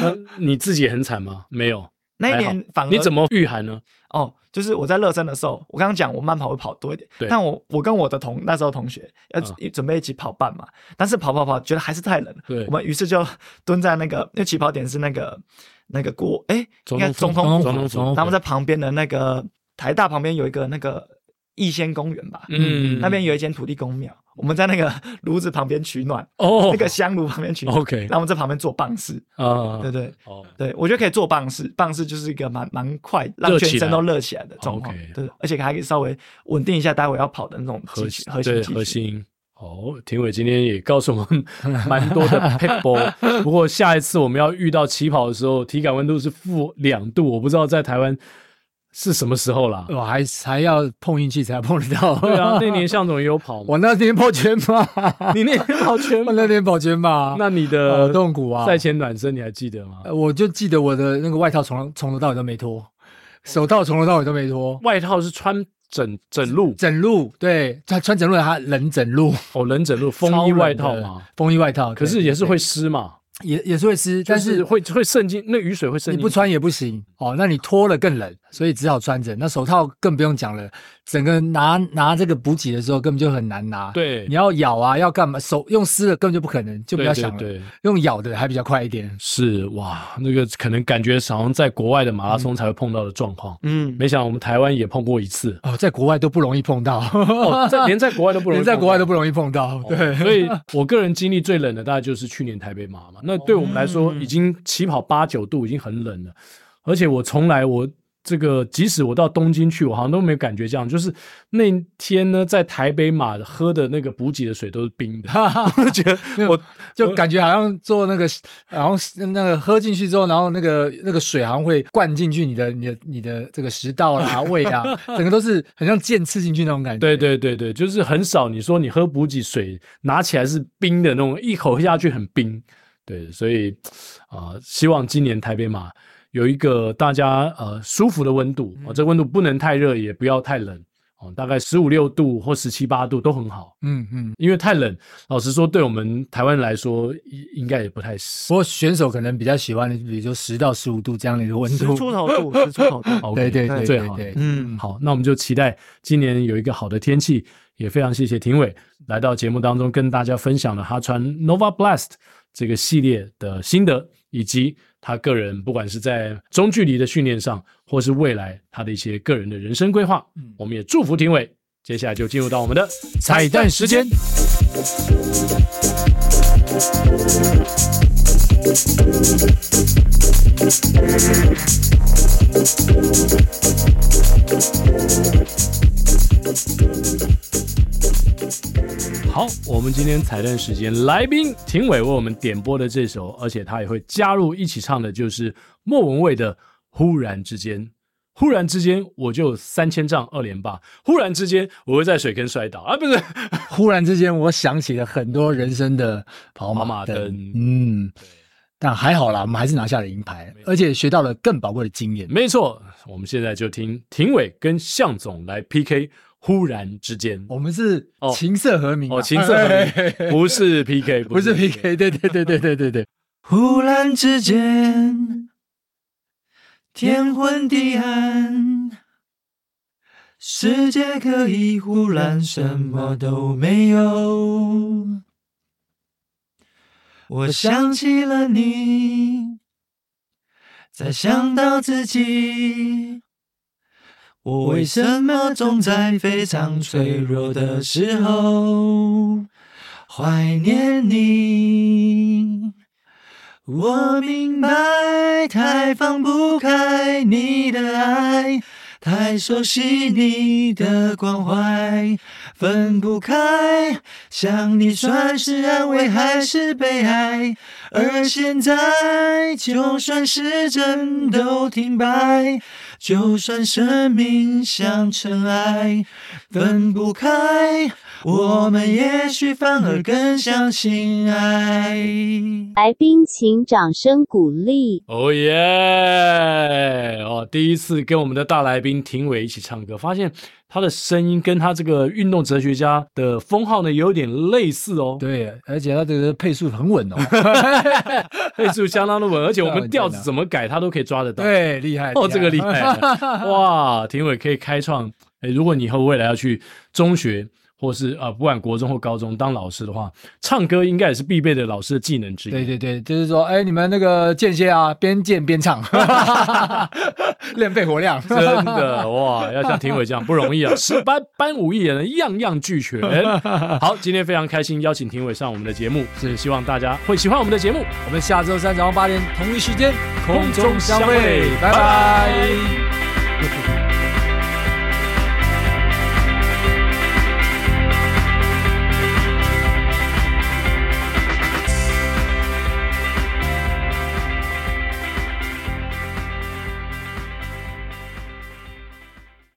Speaker 1: 那你自己很惨吗？没有，
Speaker 4: 那一
Speaker 1: 还
Speaker 4: 年反而
Speaker 1: 你怎么御寒呢？
Speaker 4: 哦，就是我在热身的时候，我刚刚讲我慢跑会跑多一点，
Speaker 1: 对嗯
Speaker 4: 但我我跟我的同那时候同学要一准备一起跑半马，但是跑跑跑觉得还是太冷了，
Speaker 1: 对
Speaker 4: 我们于是就蹲在那个，因为起跑点是那个那个国哎，应
Speaker 1: 总
Speaker 4: 该
Speaker 1: 统
Speaker 4: 总
Speaker 1: 府
Speaker 4: 统
Speaker 1: 总
Speaker 4: 府，
Speaker 1: 统府
Speaker 4: 他们在旁边的那个台大旁边有一个那个逸仙公园吧，
Speaker 1: 嗯
Speaker 4: 那边有一间土地公庙，我们在那个炉子旁边取暖，
Speaker 1: 哦
Speaker 4: 那个香炉旁边取暖，
Speaker 1: OK
Speaker 4: 然后我们在旁边做棒式，
Speaker 1: 啊
Speaker 4: 对，对。
Speaker 1: 哦，
Speaker 4: 对，我觉得可以做棒式，棒式就是一个蛮蛮快，让
Speaker 1: 热
Speaker 4: 全
Speaker 1: 起
Speaker 4: 身
Speaker 1: 来哦
Speaker 4: 都热起来的状况
Speaker 1: OK。
Speaker 4: 对，而且还可以稍微稳定一下待会要跑的那种
Speaker 1: 核
Speaker 4: 肌
Speaker 1: 心
Speaker 4: 群核心
Speaker 1: 对
Speaker 4: 肌
Speaker 1: 核
Speaker 4: 群。
Speaker 1: 心。哦，庭伟今天也告诉我 们蛮多的 p e b b l 不过下一次我们要遇到起跑的时候，体感温度是负两度，我不知道在台湾是什么时候啦。
Speaker 3: 我还还要碰运气才碰得到。
Speaker 1: 对啊，那年向总也有跑嘛，
Speaker 3: 我那天跑全 马，
Speaker 1: 你那年跑全
Speaker 3: 我
Speaker 1: 马，
Speaker 3: 那天跑全马，
Speaker 1: 那你的
Speaker 4: 呃
Speaker 3: 好痛苦啊！
Speaker 1: 赛前暖身你还记得吗？
Speaker 3: 呃我就记得我的那个外套从从头到尾都没脱，手套从头到尾都没脱，
Speaker 1: 外套是穿整整路
Speaker 3: 整路对，他穿整路的他冷整路，
Speaker 1: 哦，冷整路风衣外套嘛，，
Speaker 3: 风衣外套，
Speaker 1: 可是
Speaker 3: 对
Speaker 1: 也是会
Speaker 3: 对
Speaker 1: 湿嘛，
Speaker 3: 也也是会湿，但
Speaker 1: 就是
Speaker 3: 是
Speaker 1: 会会渗进那雨水会渗
Speaker 3: 你
Speaker 1: 进。
Speaker 3: 不穿也不行哦，那你脱了更冷，所以只好穿着。那手套更不用讲了，整个拿拿这个补给的时候根本就很难拿。，
Speaker 1: 对，
Speaker 3: 你要咬啊，要干嘛？手用湿了根本就不可能，就不
Speaker 1: 对
Speaker 3: 要
Speaker 1: 对
Speaker 3: 想了。
Speaker 1: 对，
Speaker 3: 用咬的还比较快一点。，
Speaker 1: 是哇，那个可能感觉好像在国外的马拉松才会碰到的状况，
Speaker 4: 嗯，
Speaker 1: 没想到我们台湾也碰过一次
Speaker 3: 哦，在国外都不容易碰到，
Speaker 1: 哦，在连在国外都不容易 碰到，哦
Speaker 3: 连在国外都不容易碰到。对，
Speaker 1: 所以我个人经历最冷的大概就是去年台北马嘛。那对我们来说，
Speaker 4: 嗯
Speaker 1: 已经起跑八九度，已经很冷了。而且我从来我这个，即使我到东京去，我好像都没有感觉这样。就是那天呢，在台北马喝的那个补给的水都是冰的， 我觉得
Speaker 3: 没有
Speaker 1: 我
Speaker 3: 就感觉好像做那个，好像那个喝进去之后，然后那个那个水好像会灌进去你的你的你的这个食道啦、胃 啊，整个都是很像剑刺进去那种感觉。
Speaker 1: 对对对对，就是很少。你说你喝补给水，拿起来是冰的那种，一口下去很冰。对，所以啊、呃希望今年台北马有一个大家呃舒服的温度啊、哦这温度不能太热，也不要太冷哦，大概十五六度或十七八度都很好。
Speaker 3: 嗯嗯。
Speaker 1: 因为太冷，老实说，对我们台湾人来说，应应该也不太适
Speaker 3: 不。过选手可能比较喜欢，比如说十到十五度这样的一个温
Speaker 4: 十
Speaker 3: 度。
Speaker 4: 出头度，十出头度。
Speaker 1: OK，
Speaker 3: 对 对对
Speaker 1: 最
Speaker 3: 对
Speaker 1: 好的
Speaker 3: 对，
Speaker 4: 嗯，
Speaker 1: 好，那我们就期待今年有一个好的天气，也非常谢谢廷伟来到节目当中跟大家分享了他穿 Nova Blast 这个系列的心得，以及他个人不管是在中距离的训练上，或是未来他的一些个人的人生规划。我们也祝福廷伟。接下来就进入到我们的
Speaker 3: 嗯彩蛋时间，
Speaker 1: 好，我们今天彩蛋时间，来宾廷伟为我们点播的这首，而且他也会加入一起唱的，就是莫文蔚的《忽然之间》。忽然之间，我就三千丈二连霸；忽然之间，我会在水坑摔倒啊！不是，
Speaker 3: 忽然之间我想起了很多人生的跑
Speaker 1: 跑马
Speaker 3: 马
Speaker 1: 灯
Speaker 3: 灯，嗯，但还好啦，我们还是拿下了银牌，而且学到了更宝贵的经验。
Speaker 1: 没哦错，我们现在就听廷伟跟向总来 PK。忽然之间，
Speaker 3: 我们是
Speaker 1: 哦
Speaker 3: 琴瑟和鸣啊、
Speaker 1: 哦，琴瑟 和
Speaker 3: 哎哎哎
Speaker 1: 鸣，不是 PK，
Speaker 3: 不是 PK，对对对对对对对，
Speaker 4: 忽然之间，天昏地暗，世界可以忽然什么都没有。我想起了你，再想到自己，我为什么总在非常脆弱的时候怀念你？我明白，太放不开你的爱，太熟悉你的关怀，分不开。想你算是安慰还是悲哀？而现在，就算是真都停摆，
Speaker 5: 就算生命像尘埃，分不开，我们也许反而更相信爱。
Speaker 6: 来宾请掌声鼓励。
Speaker 1: 哦耶！哦，第一次跟我们的大来宾庭伟一起唱歌，发现他的声音跟他这个运动哲学家的封号呢有点类似哦。，
Speaker 3: 对，而且他这个配速很稳哦，
Speaker 1: 配速相当的稳，而且我 们调
Speaker 3: 当然
Speaker 1: 子
Speaker 3: 了
Speaker 1: 怎么改他都可以抓得到。，
Speaker 3: 对，厉害
Speaker 1: 哦，这个厉害了哇！庭伟可以开创，哎，如果你以后未来要去中学。或是啊、呃不管国中或高中当老师的话，唱歌应该也是必备的老师的技能之一。
Speaker 3: 对对对，就是说，哎，你们那个间歇啊，边健边唱， 练肺活量。
Speaker 1: 真的哇，要像庭伟这样不容易啊！十班班武艺人，样样俱全。好，今天非常开心邀请庭伟上我们的节目，是希望大家会喜欢我们的节目。
Speaker 3: 我们下周三早上八点同一时间空
Speaker 1: 空中
Speaker 3: 中
Speaker 1: 相
Speaker 3: 相
Speaker 1: 会
Speaker 3: 会，
Speaker 1: 拜
Speaker 3: 拜
Speaker 1: 拜
Speaker 3: 拜。